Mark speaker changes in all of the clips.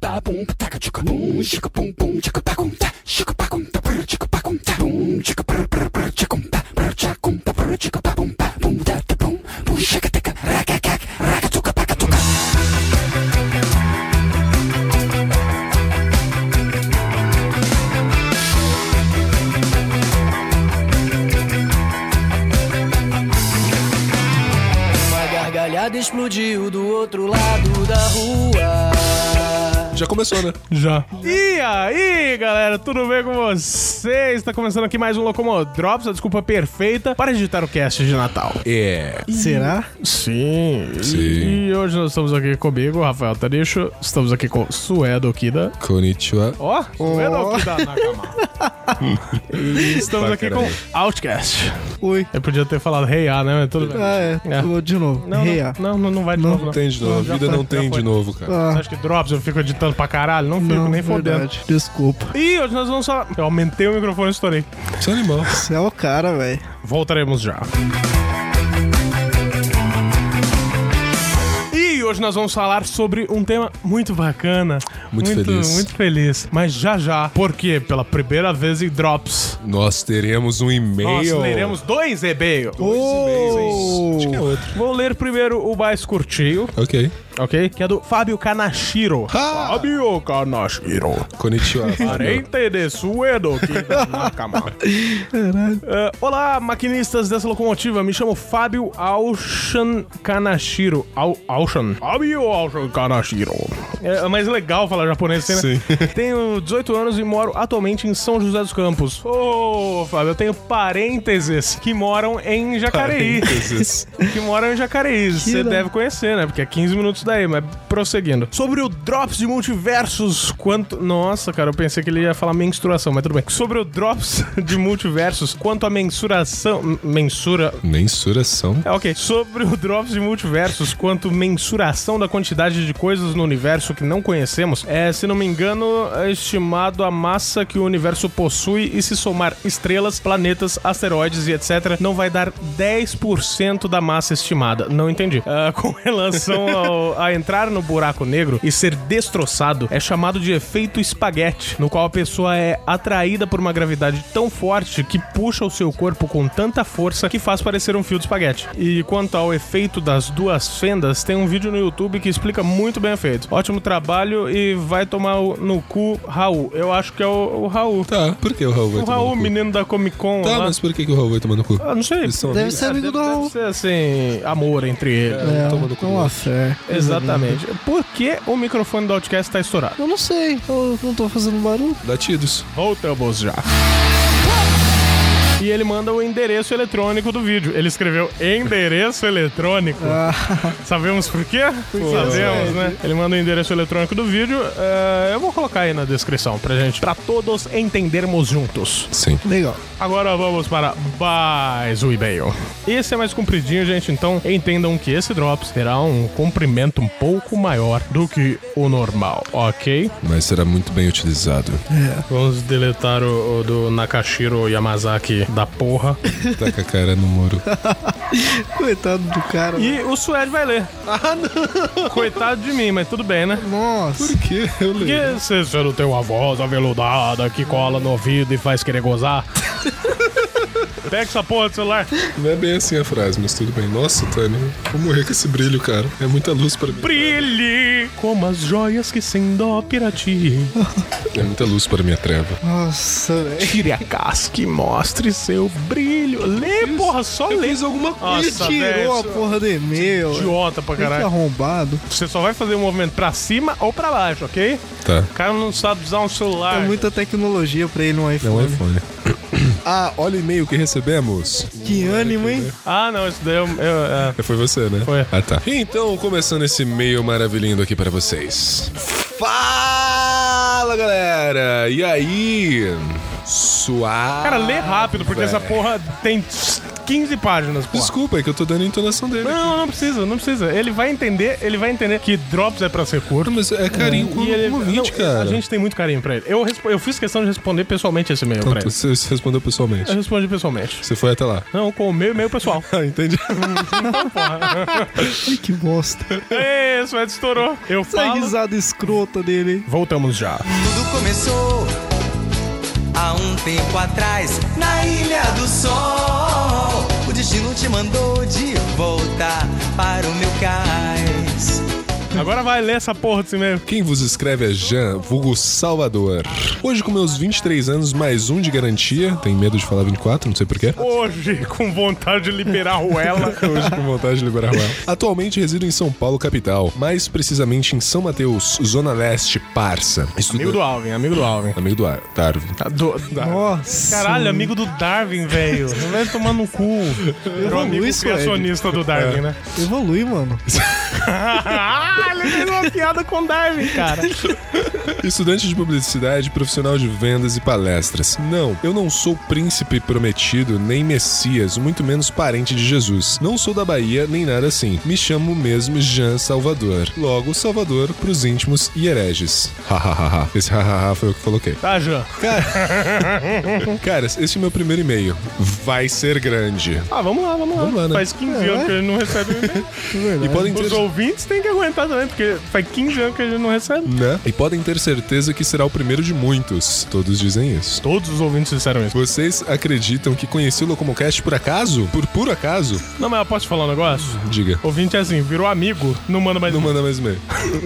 Speaker 1: tá, bum, taca, tchuca, bum, tchuca, bum, bum, tchuca, pacum, tá, tchuca, pacum, tá, brr, tchuca, pacum, tá, bum, tchuca, brr, brr, brr, tchacum, tá, brr, tchacum, tá, brr, tchuca, pacum, tá, bum, tá, tá, bum, bum, tchaca, taca, raca, caca, raca, tchuca, paca, tchuca.
Speaker 2: Uma gargalhada explodiu do outro lado da rua.
Speaker 3: Já começou, né?
Speaker 4: Já. E aí, galera, tudo bem com vocês? Tá começando aqui mais um Locomodrops, a desculpa perfeita para editar o cast de Natal.
Speaker 3: É.
Speaker 4: Será? Sim.
Speaker 3: Sim.
Speaker 4: E hoje nós estamos aqui comigo, Rafael Taricho. Estamos aqui com Suedo Okida.
Speaker 3: Konnichiwa.
Speaker 4: Ó, Suedo Okida Nakama. e estamos aqui com
Speaker 3: Bacana.
Speaker 4: Outcast.
Speaker 5: Oi.
Speaker 4: Eu podia ter falado Rei hey, ah, né? Mas tudo bem.
Speaker 5: Ah, é.
Speaker 4: É.
Speaker 5: Vou de novo.
Speaker 4: Não,
Speaker 5: Rei A.
Speaker 4: não, não, não vai de novo,
Speaker 3: Não
Speaker 4: não.
Speaker 3: tem de novo. A
Speaker 4: já
Speaker 3: vida
Speaker 4: foi,
Speaker 3: não
Speaker 4: já
Speaker 3: tem
Speaker 4: foi.
Speaker 3: de novo, cara.
Speaker 4: Você
Speaker 5: Ah,
Speaker 4: acha que Drops eu fico editando pra caralho? Não fico
Speaker 5: não,
Speaker 4: nem fodendo.
Speaker 5: verdade. Desculpa.
Speaker 4: E hoje nós vamos falar. Eu aumentei o microfone e estourei.
Speaker 3: Isso é animal.
Speaker 5: Você é o cara, velho.
Speaker 4: Voltaremos já. E Hoje nós vamos falar sobre um tema muito bacana,
Speaker 3: Muito feliz.
Speaker 4: muito feliz. Mas já já, porque pela primeira vez em Drops,
Speaker 3: Nós teremos um
Speaker 4: nós
Speaker 3: e-mail.
Speaker 4: leremos dois e-mails.
Speaker 3: Oh. Acho que é outro.
Speaker 4: Vou ler primeiro o mais curtinho,
Speaker 3: Ok.
Speaker 4: ok? Que é do Fábio Kanashiro.
Speaker 3: Ah!
Speaker 4: Fábio Kanashiro.
Speaker 3: Konnichiwa.
Speaker 4: Parente de suedo que Eh, Olá, maquinistas dessa locomotiva. Me chamo Fábio Aushan Kanashiro. Au, Aushan. Fábio Aushan Kanashiro. É mais legal falar japonês, né?
Speaker 3: Sim.
Speaker 4: Tenho 18 anos e moro atualmente em São José dos Campos. Ô, Fábio, eu tenho parênteses que moram em Jacareí.
Speaker 3: Parênteses.
Speaker 4: que moram em Jacareí. Você
Speaker 5: da-
Speaker 4: deve conhecer, né? Porque é 15 minutos daí, mas prosseguindo. Sobre o Drops de Multiversos, quanto. Nossa, cara, eu pensei que ele ia falar menstruação, mas tudo bem. Sobre o Drops de Multiversos, quanto à mensuração. m- Mensura.
Speaker 3: Mensuração.
Speaker 4: É, ok. Sobre o Drops de Multiversos, quanto mensuração da quantidade de coisas no universo que não conhecemos, é, se não me engano, é estimado a massa que o universo possui e se somar estrelas, planetas, asteroides e etc., não vai dar 10% da massa estimada. Não entendi. Ah, com relação ao- a entrar no buraco negro e ser destroçado, é chamado de efeito espaguete, no qual a pessoa é atraída por uma gravidade tão forte que puxa o seu corpo com tanta força que faz parecer um fio de espaguete. E quanto ao efeito das duas fendas, tem um vídeo no YouTube que explica muito bem o efeito. Ótimo trabalho e vai tomar o- no cu Raul. Eu acho que é o, o Raul.
Speaker 3: Tá, por que o Raul vai
Speaker 4: O
Speaker 3: tomar
Speaker 4: Raul,
Speaker 3: no cu?
Speaker 4: menino da Comic Con.
Speaker 3: Tá,
Speaker 4: lá.
Speaker 3: mas por que, que o Raul vai tomar no cu?
Speaker 4: Ah, não sei.
Speaker 3: Eles são
Speaker 5: Deve
Speaker 3: amigos?
Speaker 5: ser amigo do
Speaker 4: Deve
Speaker 5: Raul.
Speaker 4: ser assim, amor entre eles.
Speaker 5: É,
Speaker 3: Toma no cu.
Speaker 5: uma fé.
Speaker 3: É.
Speaker 4: Exatamente. Por que o microfone do Outcast tá estourado?
Speaker 5: Eu não sei. Eu não tô fazendo barulho.
Speaker 3: Latidos.
Speaker 4: Voltamos já. E ele manda o endereço eletrônico do vídeo. Ele escreveu endereço eletrônico. Sabemos Ah. por quê? Sabemos, né? Ele manda o endereço eletrônico do vídeo. É, eu vou colocar aí na descrição pra gente, pra todos entendermos juntos.
Speaker 3: Sim.
Speaker 5: Legal.
Speaker 4: Agora vamos para mais um e-mail. Esse é mais compridinho, gente, então entendam que esse Drops terá um comprimento um pouco maior do que o normal, ok?
Speaker 3: Mas será muito bem utilizado.
Speaker 4: Vamos deletar o, o do Nakashiro Yamazaki da porra.
Speaker 3: Taca Tá a cara no muro.
Speaker 5: Coitado do cara.
Speaker 4: E o Suede vai ler. Ah, não! Coitado de mim, mas tudo bem, né?
Speaker 5: Nossa.
Speaker 3: Por que eu leio?
Speaker 4: Porque você você não tem uma voz aveludada que cola no ouvido e faz querer gozar. Pega essa porra do celular.
Speaker 3: Não é bem assim a frase, mas tudo bem. Nossa, Tânia, vou morrer com esse brilho, cara. É muita luz para mim.
Speaker 4: Brilhe como as joias que sem dó pirateiem.
Speaker 3: É muita luz para minha treva.
Speaker 5: Nossa, velho.
Speaker 4: Tire a casca e mostre seu brilho. Lê, porra, só lê. alguma
Speaker 5: Ele tirou a porra do e-mail.
Speaker 4: Idiota pra
Speaker 5: Ele que
Speaker 4: caralho.
Speaker 5: arrombado.
Speaker 4: Você só vai fazer é o movimento pra cima ou pra baixo, ok?
Speaker 3: Tá.
Speaker 4: O cara não sabe usar um celular.
Speaker 5: É muita tecnologia pra ele no iPhone.
Speaker 3: É um iPhone. Ah, olha o e-mail que recebemos.
Speaker 5: Que ânimo, hein?
Speaker 4: Ah, não, isso daí eu, eu- é.
Speaker 3: Foi você, né?
Speaker 4: Foi.
Speaker 3: Ah, tá. Então, começando esse e-mail maravilhindo aqui para vocês. Fala, galera! E aí? Suave.
Speaker 4: Cara, lê rápido, porque essa
Speaker 3: Ah, velho.
Speaker 4: porra tem 15 páginas, porra.
Speaker 3: Desculpa, é que eu tô dando a entonação dele. aqui.
Speaker 4: Não, não precisa, não precisa. Ele vai entender, ele vai entender que drops é pra ser curto.
Speaker 3: Mas é carinho com
Speaker 4: E ele-
Speaker 3: o ouvinte,
Speaker 4: não,
Speaker 3: cara.
Speaker 4: A gente tem muito carinho pra ele. Eu, respo- eu fiz questão de responder pessoalmente esse e-mail pra
Speaker 3: Tanto,
Speaker 4: ele.
Speaker 3: você você respondeu pessoalmente.
Speaker 4: Eu respondi pessoalmente.
Speaker 3: Você foi até lá.
Speaker 4: Não, com o meu e-mail pessoal.
Speaker 3: Ah, entendi.
Speaker 5: Ai, que bosta.
Speaker 4: Ei, Suede É estourou. Eu
Speaker 5: Essa
Speaker 4: falo...
Speaker 5: é risada escrota dele.
Speaker 4: Voltamos já.
Speaker 6: Tudo começou há um tempo atrás, na Ilha do Sol. O destino te mandou de volta para o meu cais.
Speaker 4: Agora vai ler essa porra desse e-mail.
Speaker 3: Quem vos escreve é Jean, vulgo Salvador. Hoje, com meus 23 anos, mais um de garantia. Tem medo de falar 24, não sei porquê.
Speaker 4: Hoje, com vontade de liberar a ruela.
Speaker 3: Hoje com vontade de liberar ela. Atualmente resido em São Paulo, capital. Mais precisamente em São Mateus, Zona Leste, Parça. Estudo...
Speaker 4: Amigo do Alvin, amigo do Alvin.
Speaker 3: Amigo do Ar... Darwin.
Speaker 4: Do- da-
Speaker 5: Nossa.
Speaker 4: Caralho, amigo do Darwin, velho. Não vai tomar no cu. Era o amigo
Speaker 5: Luiz Suede.
Speaker 4: criacionista do Darwin, né?
Speaker 5: Evolui, mano.
Speaker 4: Ah, ele fez uma piada com o Darwin, cara.
Speaker 3: Estudante de publicidade, profissional de vendas e palestras. Não, eu não sou príncipe prometido, nem messias, muito menos parente de Jesus. Não sou da Bahia, nem nada assim. Me chamo mesmo Jean Salvador. Logo, Salvador pros íntimos e hereges. Hahaha. Esse hahaha foi o que eu coloquei.
Speaker 4: Tá, Jean.
Speaker 3: Caras, esse é meu primeiro e-mail. Vai ser grande.
Speaker 4: Ah, vamos lá, vamos lá. É.
Speaker 3: Vamos lá, né?
Speaker 4: Faz 15 anos que ele não recebe e-mail.
Speaker 3: E podem ter...
Speaker 4: Os ouvintes têm que aguentar também, porque faz 15 anos que ele não recebe.
Speaker 3: Né? E podem ter certeza que será o primeiro de muitos. Todos dizem isso.
Speaker 4: Todos os ouvintes disseram isso.
Speaker 3: Vocês acreditam que conheci o Locomocast por acaso? Por puro acaso?
Speaker 4: Não, mas eu posso te falar um negócio?
Speaker 3: Diga.
Speaker 4: Ouvinte é assim, virou amigo, não manda mais
Speaker 3: Não
Speaker 4: e-mail.
Speaker 3: manda mais e-mail.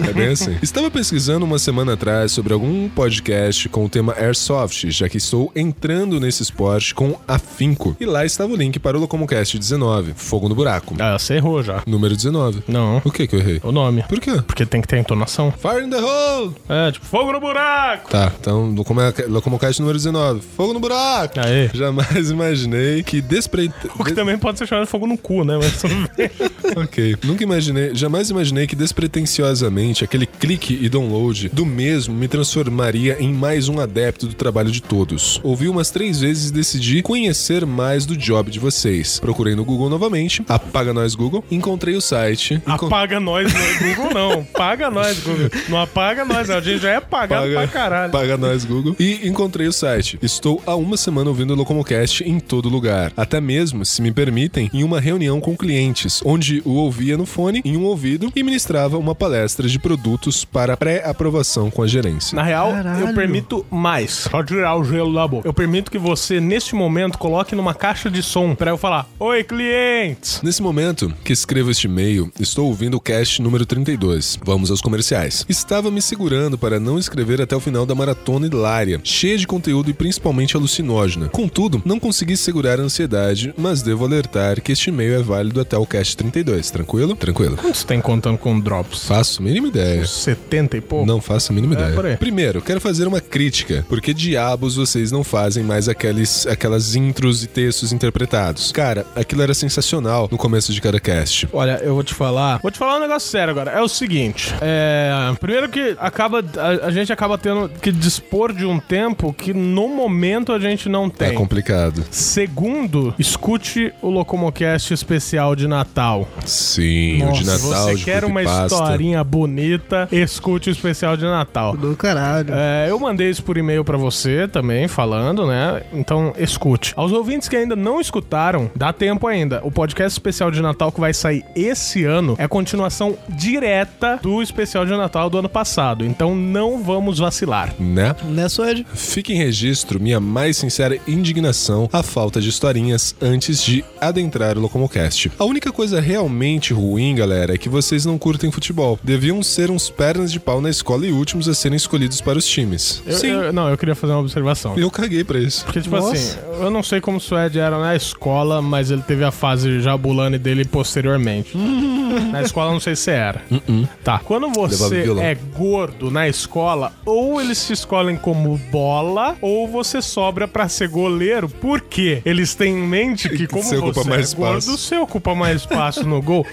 Speaker 3: É bem assim. Estava pesquisando uma semana atrás sobre algum podcast com o tema Airsoft, já que estou entrando nesse esporte com afinco. E lá estava o link para o Locomocast 19, Fogo no Buraco.
Speaker 4: Ah, você errou já.
Speaker 3: Número 19.
Speaker 4: Não,
Speaker 3: O que que eu errei?
Speaker 4: o nome.
Speaker 3: Por quê?
Speaker 4: Porque tem que ter entonação.
Speaker 3: Fire in the hole!
Speaker 4: É, tipo, fogo no buraco!
Speaker 3: Tá, então, Locomo- Locomocast número 19, Fogo no Buraco!
Speaker 4: Aê.
Speaker 3: Jamais imaginei que despre...
Speaker 4: O que tá também pode ser chamado de fogo no cu, né? Mas tudo bem.
Speaker 3: Ok. Nunca imaginei, jamais imaginei que despretensiosamente aquele clique e download do mesmo me transformaria em mais um adepto do trabalho de todos. Ouvi umas três vezes e decidi conhecer mais do job de vocês. Procurei no Google novamente, apaga nós Google, encontrei o site. encon-
Speaker 4: Apaga nós, né? Google não. Paga nós, Google. Não apaga nós, não. A gente já é pagado pra caralho.
Speaker 3: paga nós, Google. E encontrei o site. Estou há uma semana ouvindo o Locomocast em todo lugar. Até mesmo, se me permitem, em uma reunião com clientes, onde o ouvia no fone, em um ouvido, e ministrava uma palestra de produtos para pré-aprovação com a gerência.
Speaker 4: Na real, eu
Speaker 5: Caralho.
Speaker 4: permito mais. Pode tirar o gelo da boca. Eu permito que você, neste momento, coloque numa caixa de som pra eu falar: Oi, clientes!
Speaker 3: Nesse momento que escrevo este e-mail, estou ouvindo o cast número 32. Vamos aos comerciais. Estava me segurando para não escrever até o final da maratona hilária, cheia de conteúdo e principalmente alucinógena. Contudo, não consegui segurar a ansiedade, mas devo alertar que este e-mail é válido até o cast 32. Tranquilo? Tranquilo.
Speaker 4: Quantos tem contando com drops?
Speaker 3: Faço a mínima ideia.
Speaker 4: 70 e pouco?
Speaker 3: Não faço a mínima
Speaker 4: por
Speaker 3: ideia.
Speaker 4: aí.
Speaker 3: Primeiro, quero fazer uma crítica. Por que diabos vocês não fazem mais aqueles, aquelas intros e textos interpretados? Cara, aquilo era sensacional no começo de cada cast.
Speaker 4: Olha, eu vou te falar. Vou te falar um negócio sério agora. É o seguinte. É. Primeiro que acaba. A, a gente acaba tendo que dispor de um tempo que no momento a gente não
Speaker 3: É
Speaker 4: tem.
Speaker 3: complicado.
Speaker 4: Segundo, escute o Locomocast especial de Natal.
Speaker 3: Sim, o de
Speaker 4: Nossa,
Speaker 3: Natal,
Speaker 4: você
Speaker 3: de
Speaker 4: quer uma
Speaker 3: creepypasta.
Speaker 4: historinha bonita, escute o especial de Natal.
Speaker 5: Do caralho.
Speaker 4: É, eu mandei isso por e-mail pra você também, falando, né? Então, escute. Aos ouvintes que ainda não escutaram, dá tempo ainda. O podcast especial de Natal que vai sair esse ano é continuação direta do especial de Natal do ano passado. Então, não vamos vacilar.
Speaker 3: Né?
Speaker 5: Né, Suede?
Speaker 3: Fica em registro minha mais sincera indignação à falta de historinhas antes de adentrar o Locomocast. A única coisa realmente ruim, galera, é que vocês não curtem futebol. Deviam ser uns pernas de pau na escola e últimos a serem escolhidos para os times.
Speaker 4: Eu-
Speaker 3: Sim, eu,
Speaker 4: eu- não, eu queria fazer uma observação.
Speaker 3: caguei pra isso.
Speaker 4: Porque, tipo
Speaker 5: Nossa.
Speaker 4: assim, eu não sei como o Suede era na escola, mas ele teve a fase Jabulani dele posteriormente. na escola, eu não sei se era. Tá. Quando você
Speaker 3: Uh-uh. violão.
Speaker 4: é gordo na escola, ou eles te escolhem como bola, ou você sobra pra ser goleiro. Por quê? Eles têm em mente que
Speaker 3: Que
Speaker 4: como
Speaker 3: você
Speaker 4: você,
Speaker 3: ocupa mais
Speaker 4: é gordo,
Speaker 3: espaço.
Speaker 4: você ocupa mais espaço no gol.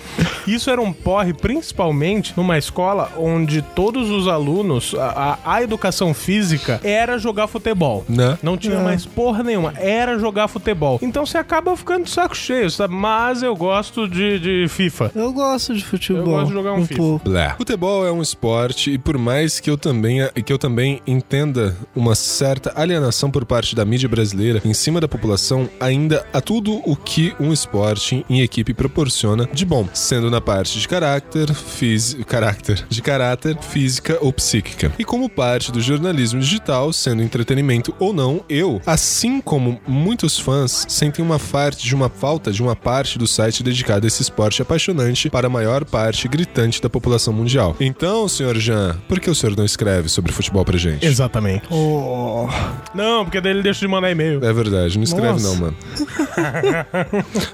Speaker 4: Isso era um porre principalmente numa escola onde todos os alunos, a, a- a educação física era jogar futebol.
Speaker 3: Né?
Speaker 4: Não tinha mais porra nenhuma. Era jogar futebol. Então você acaba ficando de saco cheio, sabe? Mas eu gosto de, de FIFA.
Speaker 5: Eu gosto de futebol.
Speaker 4: Eu gosto de jogar um FIFA.
Speaker 5: pouco.
Speaker 3: Blá. Futebol é um esporte e por mais que eu também que eu também entenda uma certa alienação por parte da mídia brasileira em cima da população, ainda há tudo o que um esporte em equipe proporciona de bom, sendo na parte de caráter, fisi, caráter, de caráter, física ou psíquica. E como parte do jornalismo digital, sendo entretenimento ou não, eu, assim como muitos fãs, sentem uma parte de uma falta de uma parte do site dedicada a esse esporte apaixonante para a maior parte gritante da população mundial. Então, senhor Jean, por que o senhor não escreve sobre futebol pra gente?
Speaker 4: Exatamente.
Speaker 5: Oh,
Speaker 4: Não, porque daí ele deixa de mandar e-mail.
Speaker 3: É verdade, não escreve
Speaker 5: Nossa.
Speaker 3: não, mano.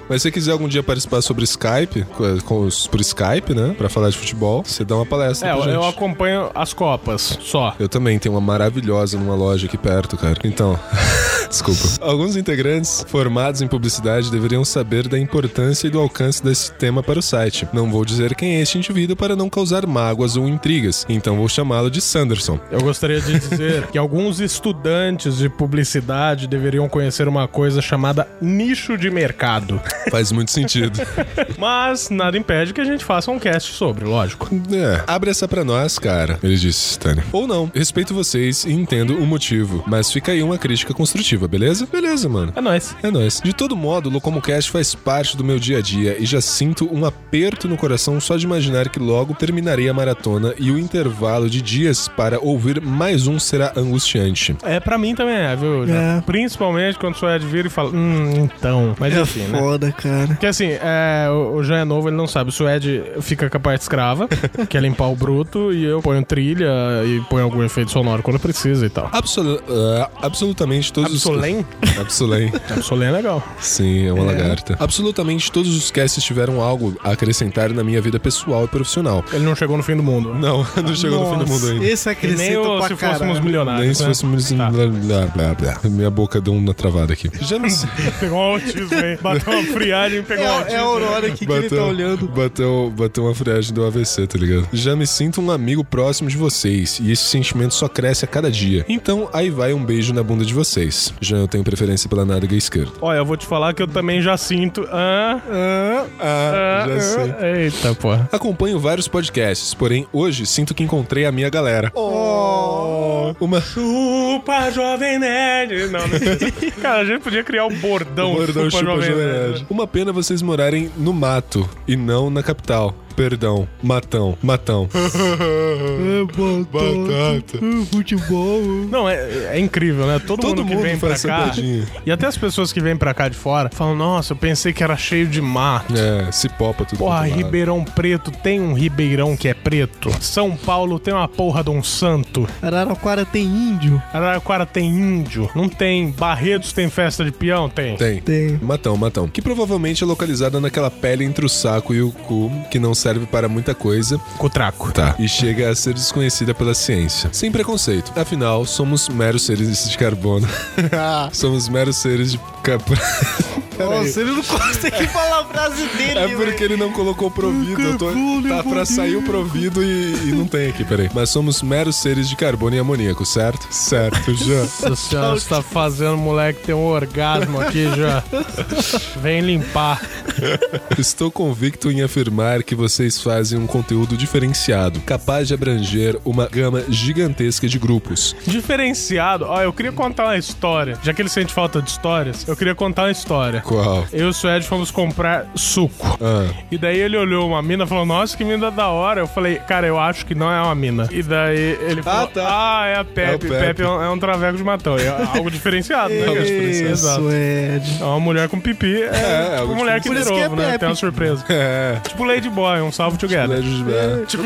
Speaker 3: Mas se você quiser algum dia participar sobre Skype, com- com os- por Skype, né, Pra falar de futebol, você dá uma palestra
Speaker 4: É,
Speaker 3: pra
Speaker 4: eu,
Speaker 3: gente.
Speaker 4: eu acompanho as Copas só.
Speaker 3: Eu também tenho uma maravilhosa numa loja aqui perto, cara. Então. Desculpa. Alguns integrantes formados em publicidade deveriam saber da importância e do alcance desse tema para o site. Não vou dizer quem é este indivíduo para não causar mágoas ou intrigas, então vou chamá-lo de Sanderson.
Speaker 4: Eu gostaria de dizer que alguns estudantes de publicidade deveriam conhecer uma coisa chamada nicho de mercado.
Speaker 3: Faz muito sentido.
Speaker 4: Mas nada impede que a gente faça um cast sobre, lógico.
Speaker 3: É, abre essa pra nós, cara, ele disse, Tânia. Ou não, respeito vocês e entendo o motivo, mas fica aí uma crítica construtiva, beleza? Beleza, mano.
Speaker 4: É nóis.
Speaker 3: É nóis. De todo modo, o Locomocast faz parte do meu dia a dia e já sinto um aperto no coração só de imaginar que logo terminarei a maratona e o intervalo de dias para ouvir mais um será angustiante.
Speaker 4: É, pra mim também é, viu? Jean?
Speaker 5: É.
Speaker 4: Principalmente quando o Suede vira e fala, hum, então. Mas
Speaker 5: é
Speaker 4: enfim, né?
Speaker 5: foda, cara.
Speaker 4: Porque assim, é, o o Jean é novo, ele não sabe. O Suede fica com a parte escrava, que é limpar o bruto, e eu ponho trilha e ponho algum efeito sonoro quando precisa e tal.
Speaker 3: Absolu ah, absolutamente todos
Speaker 4: Absolém?
Speaker 3: os... Absolém.
Speaker 4: Absolém é legal.
Speaker 3: Sim, é uma lagarta. Absolutamente todos os casts tiveram algo a acrescentar na minha vida pessoal e profissional.
Speaker 4: Ele não chegou no fim do mundo.
Speaker 3: Não, não chegou no fim do mundo
Speaker 5: Nossa,
Speaker 3: ainda.
Speaker 5: Esse
Speaker 4: E nem
Speaker 5: acrescenta
Speaker 4: o,
Speaker 5: pra
Speaker 4: se
Speaker 5: caralho.
Speaker 4: fôssemos milionários.
Speaker 3: Nem se
Speaker 4: né?
Speaker 3: fosse um-
Speaker 4: Tá.
Speaker 3: blá, blá, blá. Minha boca deu uma travada aqui. Já me...
Speaker 4: Pegou um autismo aí. Bateu uma friagem e pegou um
Speaker 5: É, é a
Speaker 4: autismo.
Speaker 5: Aurora aqui que ele tá olhando.
Speaker 3: Bateu, bateu uma friagem do AVC, tá ligado? Já me sinto um amigo próximo de vocês e esse sentimento só cresce a cada dia. Então, aí vai um beijo na bunda de vocês. Já eu tenho preferência pela nádega esquerda.
Speaker 4: Olha, eu vou te falar que eu também já sinto. Ah,
Speaker 3: Ah,
Speaker 4: ah, ah. Eita, porra.
Speaker 3: Acompanho vários podcasts, porém hoje sinto que encontrei a minha galera. Oh! Uma
Speaker 4: Então, Chupa Jovem Nerd. Não, não. Cara, a gente podia criar um bordão.
Speaker 3: Gordão chupa Jovem Nerd. Uma pena vocês morarem no mato e não na capital. Perdão, matão, matão.
Speaker 5: É, batata. É, futebol.
Speaker 4: Não, é, é incrível, né? Todo,
Speaker 3: Todo
Speaker 4: mundo que
Speaker 3: mundo
Speaker 4: vem pra
Speaker 3: faz essa
Speaker 4: cá.
Speaker 3: piadinha.
Speaker 4: E até as pessoas que vêm pra cá de fora falam: Nossa, eu pensei que era cheio de mato.
Speaker 3: É, se popa tudo.
Speaker 4: Porra,
Speaker 3: quanto é lado.
Speaker 4: Ribeirão Preto tem um Ribeirão que é preto. São Paulo tem uma porra de um santo.
Speaker 5: Araraquara tem índio?
Speaker 4: Araraquara tem índio. Não tem. Barretos tem festa de peão? Tem.
Speaker 3: Tem.
Speaker 5: Tem.
Speaker 3: Matão, matão. Que provavelmente é localizada naquela pele entre o saco e o cu, que não serve para muita coisa.
Speaker 4: Cutraco.
Speaker 3: Tá. E chega a ser desconhecida pela ciência. Sem preconceito. Afinal, somos meros seres de carbono. somos meros seres de carbono.
Speaker 5: Nossa, ele não consegue falar a frase dele,
Speaker 3: É porque ele não colocou provido. Eu tô, tá pra sair o provido e, e não tem aqui, peraí. Mas somos meros seres de carbono e amoníaco, certo? Certo, já.
Speaker 4: Nossa senhora, você tá fazendo o moleque ter um orgasmo aqui já. Vem limpar.
Speaker 3: Estou convicto em afirmar que vocês fazem um conteúdo diferenciado, capaz de abranger uma gama gigantesca de grupos.
Speaker 4: Diferenciado. Ó, eu queria contar uma história. Já que ele sente falta de histórias, eu queria contar uma história.
Speaker 3: Qual?
Speaker 4: Eu e o Suede fomos comprar suco.
Speaker 3: Ah,
Speaker 4: E daí ele olhou uma mina e falou, nossa, que mina da hora. Eu falei, cara, eu acho que não é uma mina. E daí ele falou, ah,
Speaker 3: tá.
Speaker 4: é a
Speaker 3: É o
Speaker 4: Pepe.
Speaker 3: Pepe.
Speaker 4: Pepe, é um, é um traveco de matão. É algo diferenciado, né? cara? Exato.
Speaker 5: Isso, Ed.
Speaker 4: É uma mulher com pipi, é, tipo
Speaker 3: algo
Speaker 4: uma mulher que
Speaker 5: diferente.
Speaker 4: virou,
Speaker 5: Por isso que é
Speaker 4: né?
Speaker 5: Pepe.
Speaker 4: Tem uma surpresa.
Speaker 3: é.
Speaker 4: Tipo Ladyboy, um salvo together.
Speaker 3: É.
Speaker 4: Tipo,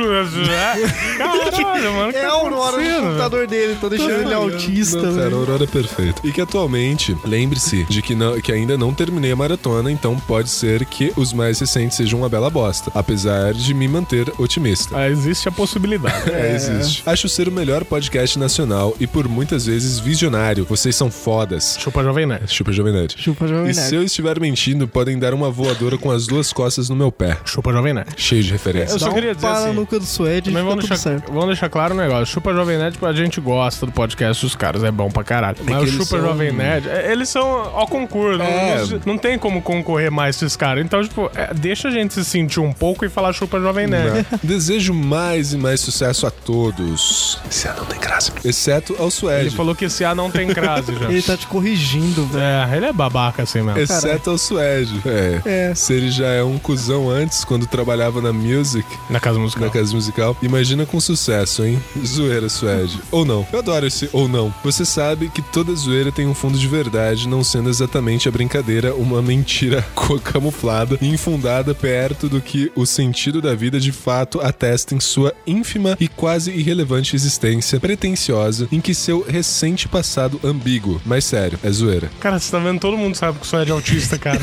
Speaker 4: é, caralho, mano. que
Speaker 5: É
Speaker 4: tá
Speaker 5: a Aurora no
Speaker 4: acontecendo, velho?
Speaker 5: computador dele, tô deixando ele é autista, né?
Speaker 3: Não, cara, a
Speaker 5: velho.
Speaker 3: Aurora é perfeita. E que atualmente, lembre-se de que, não- que ainda não terminei a maratona, então pode ser que os mais recentes sejam uma bela bosta, apesar de me manter
Speaker 5: É.
Speaker 3: otimista.
Speaker 4: Ah, existe a possibilidade.
Speaker 3: É, existe. Acho ser o melhor podcast nacional e por muitas vezes visionário. Vocês são fodas.
Speaker 4: Chupa Jovem Nerd.
Speaker 3: Chupa Jovem Nerd.
Speaker 5: Chupa Jovem
Speaker 3: E
Speaker 5: Nerd.
Speaker 3: se eu estiver mentindo, podem dar uma voadora com as duas costas no meu pé.
Speaker 4: Chupa Jovem Nerd.
Speaker 3: Cheio de referência.
Speaker 4: Eu só
Speaker 5: Dá um
Speaker 4: queria dizer
Speaker 5: pá na
Speaker 4: assim,
Speaker 5: nuca do Suede e
Speaker 4: Também
Speaker 5: fica
Speaker 4: vamos
Speaker 5: tudo
Speaker 4: deixar,
Speaker 5: certo.
Speaker 4: vamos deixar claro um negócio. Chupa Jovem Nerd, a gente gosta do podcast dos caras, é bom pra caralho. Mas o
Speaker 3: eles
Speaker 4: Chupa
Speaker 3: são-
Speaker 4: Jovem Nerd, é, eles são ao concurso. não-
Speaker 3: É.
Speaker 4: Não, não tem como concorrer mais esses caras. Então, tipo, é, deixa a gente se sentir um pouco e falar Chupa Jovem Nerd.
Speaker 3: Não. Desejo mais e mais sucesso a todos. Esse ano tem graça. Exceto ao
Speaker 4: Ele
Speaker 3: Suede.
Speaker 4: falou que esse A não tem crase já.
Speaker 5: Ele tá te corrigindo, velho.
Speaker 4: É, ele é babaca assim mesmo.
Speaker 3: Exceto ao Suede. É.
Speaker 5: É.
Speaker 3: Se ele já é um cuzão antes, quando trabalhava na music,
Speaker 4: Na casa
Speaker 3: na
Speaker 4: musical.
Speaker 3: casa musical, imagina com sucesso, hein? Zoeira, Suede. Ou não. Eu adoro esse ou não. Você sabe que toda zoeira tem um fundo de verdade, não sendo exatamente a brincadeira uma mentira co- camuflada e infundada perto do que o sentido da vida de fato atesta em sua ínfima e quase irrelevante existência pretensiosa em que seu recente passado ambíguo. Mas sério, é zoeira.
Speaker 4: Cara, você tá vendo? Todo mundo sabe que o Suede é autista, cara.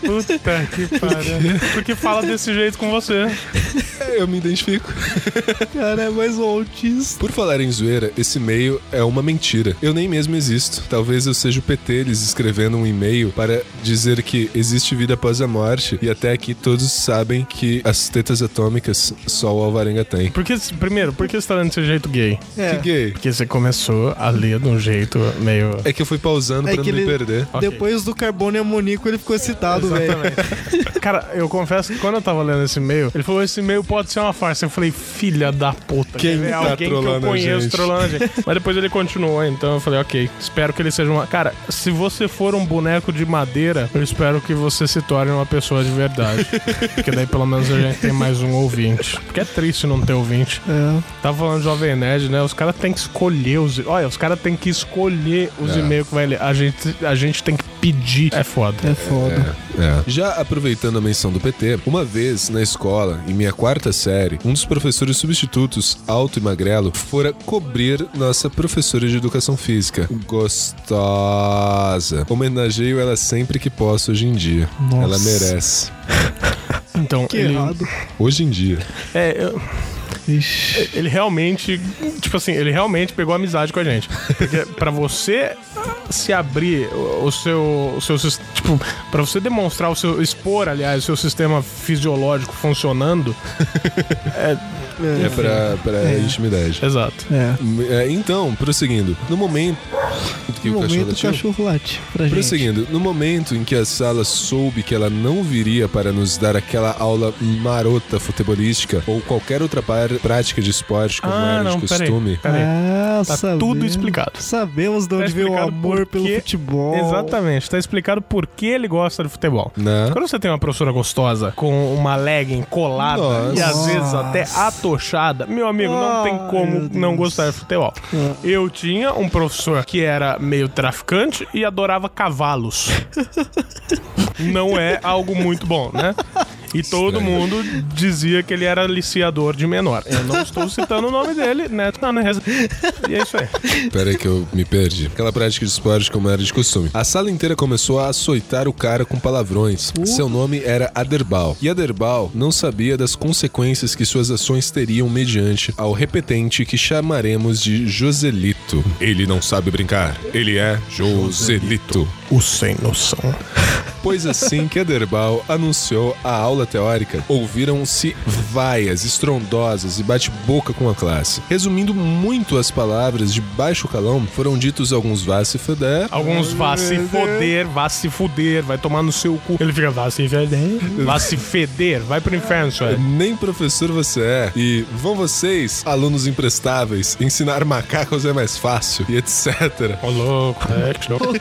Speaker 4: Puta que pariu. Porque fala desse jeito com você.
Speaker 3: É, eu me identifico.
Speaker 5: Cara, é mais um autista.
Speaker 3: Por falar em zoeira, esse e-mail é uma mentira. Eu nem mesmo existo. Talvez eu seja o Peteles escrevendo um e-mail para dizer que existe vida após a morte e até aqui todos sabem que as tetas atômicas só o Alvarenga tem.
Speaker 4: Por que- primeiro, por que você tá dando desse jeito gay?
Speaker 5: É.
Speaker 3: Que gay.
Speaker 4: Porque você começou a ler de um jeito meio.
Speaker 3: É que eu fui pausando
Speaker 5: É
Speaker 3: pra
Speaker 5: que
Speaker 3: não me
Speaker 5: ele-
Speaker 3: perder.
Speaker 4: Ok.
Speaker 5: Depois do carbono e amoníaco, ele ficou excitado, velho.
Speaker 4: Cara, eu confesso que quando eu tava lendo esse e-mail, ele falou: esse e-mail pode ser uma farsa. Eu falei, filha da puta,
Speaker 3: Quem
Speaker 4: quer ver
Speaker 3: tá
Speaker 4: alguém que eu
Speaker 3: trolando a
Speaker 4: conheço
Speaker 3: gente?
Speaker 4: trolando a gente. Mas depois ele continuou, então eu falei, ok, espero que ele seja uma. Cara, se você for um boneco de madeira, eu espero que você se torne uma pessoa de verdade. Porque daí pelo menos a gente tem mais um ouvinte. Porque é triste não ter ouvinte.
Speaker 5: É.
Speaker 4: Tava falando de Jovem Nerd, né? Os caras têm que escolher os. Olha, os caras têm que escolher os
Speaker 3: É.
Speaker 4: e-mails que vai ler. A gente, a gente tem que pedir. É foda.
Speaker 5: É foda.
Speaker 3: É. Já aproveitando a menção do PT, uma vez na escola, em minha quarta série, um dos professores substitutos, alto e magrelo, fora cobrir nossa professora de educação física. Gostosa. Homenageio ela sempre que posso hoje em dia.
Speaker 5: Nossa.
Speaker 3: Ela merece.
Speaker 4: Então,
Speaker 5: Que
Speaker 4: ele,
Speaker 5: errado.
Speaker 3: Hoje em dia.
Speaker 4: é, eu-
Speaker 5: Ixi.
Speaker 4: ele realmente. Tipo assim, ele realmente pegou amizade com a gente. Porque pra você se abrir o, o seu. O seu sis- tipo, pra você demonstrar o seu. expor, aliás, o seu sistema fisiológico funcionando.
Speaker 3: É pra, pra intimidade.
Speaker 4: Exato.
Speaker 5: É.
Speaker 3: É, então, prosseguindo. No momento. que
Speaker 5: No
Speaker 3: o cachorro
Speaker 5: momento, o
Speaker 3: latiu?
Speaker 5: cachorro late pra gente.
Speaker 3: Prosseguindo, no momento em que a sala soube que ela não viria para nos dar aquela aula marota futebolística ou qualquer outra par- prática de esporte como
Speaker 4: Ah,
Speaker 3: era
Speaker 4: não,
Speaker 3: de
Speaker 4: peraí.
Speaker 3: costume,
Speaker 4: Peraí.
Speaker 5: Ah,
Speaker 4: Tá
Speaker 5: sabemos-
Speaker 4: tudo explicado.
Speaker 5: Sabemos de onde
Speaker 4: Tá
Speaker 5: veio o
Speaker 4: explicado
Speaker 5: amor
Speaker 4: por
Speaker 5: pelo
Speaker 4: quê?
Speaker 5: futebol.
Speaker 4: Exatamente, tá explicado por que ele gosta de futebol.
Speaker 3: né?
Speaker 4: Quando você tem uma professora gostosa com uma legging colada
Speaker 3: Nossa.
Speaker 4: e às vezes
Speaker 5: Nossa.
Speaker 4: até atochada, meu amigo, não
Speaker 5: Ai,
Speaker 4: tem como
Speaker 5: meu
Speaker 4: não
Speaker 5: Deus.
Speaker 4: gostar de futebol. Eu tinha um professor que era meio traficante e adorava cavalos. não é algo muito bom, né? E todo
Speaker 3: Estranho.
Speaker 4: mundo dizia que ele era liciador de menor. Eu não estou citando o nome dele, né? Não, não é... E é isso aí.
Speaker 3: Peraí que eu me perdi. Aquela prática de esporte como era de costume. A sala inteira começou a açoitar o cara com palavrões. Seu nome era Aderbal. E Aderbal não sabia das consequências que suas ações teriam mediante ao repetente que chamaremos de Joselito. Ele não sabe brincar. Ele é Joselito.
Speaker 4: O sem noção.
Speaker 3: Pois assim que Ederbal anunciou a aula teórica, ouviram-se vaias estrondosas e bate-boca com a classe. Resumindo muito as palavras de baixo calão, foram ditos alguns vá se fuder,
Speaker 4: Alguns vá se foder, vá se fuder, vai tomar no seu cu. Ele fica, vá se feder, vá se feder, vai pro inferno, isso aí.
Speaker 3: nem professor você é, e vão vocês, alunos imprestáveis, ensinar macacos é mais fácil, e etc.
Speaker 4: Ô louco, é que louco.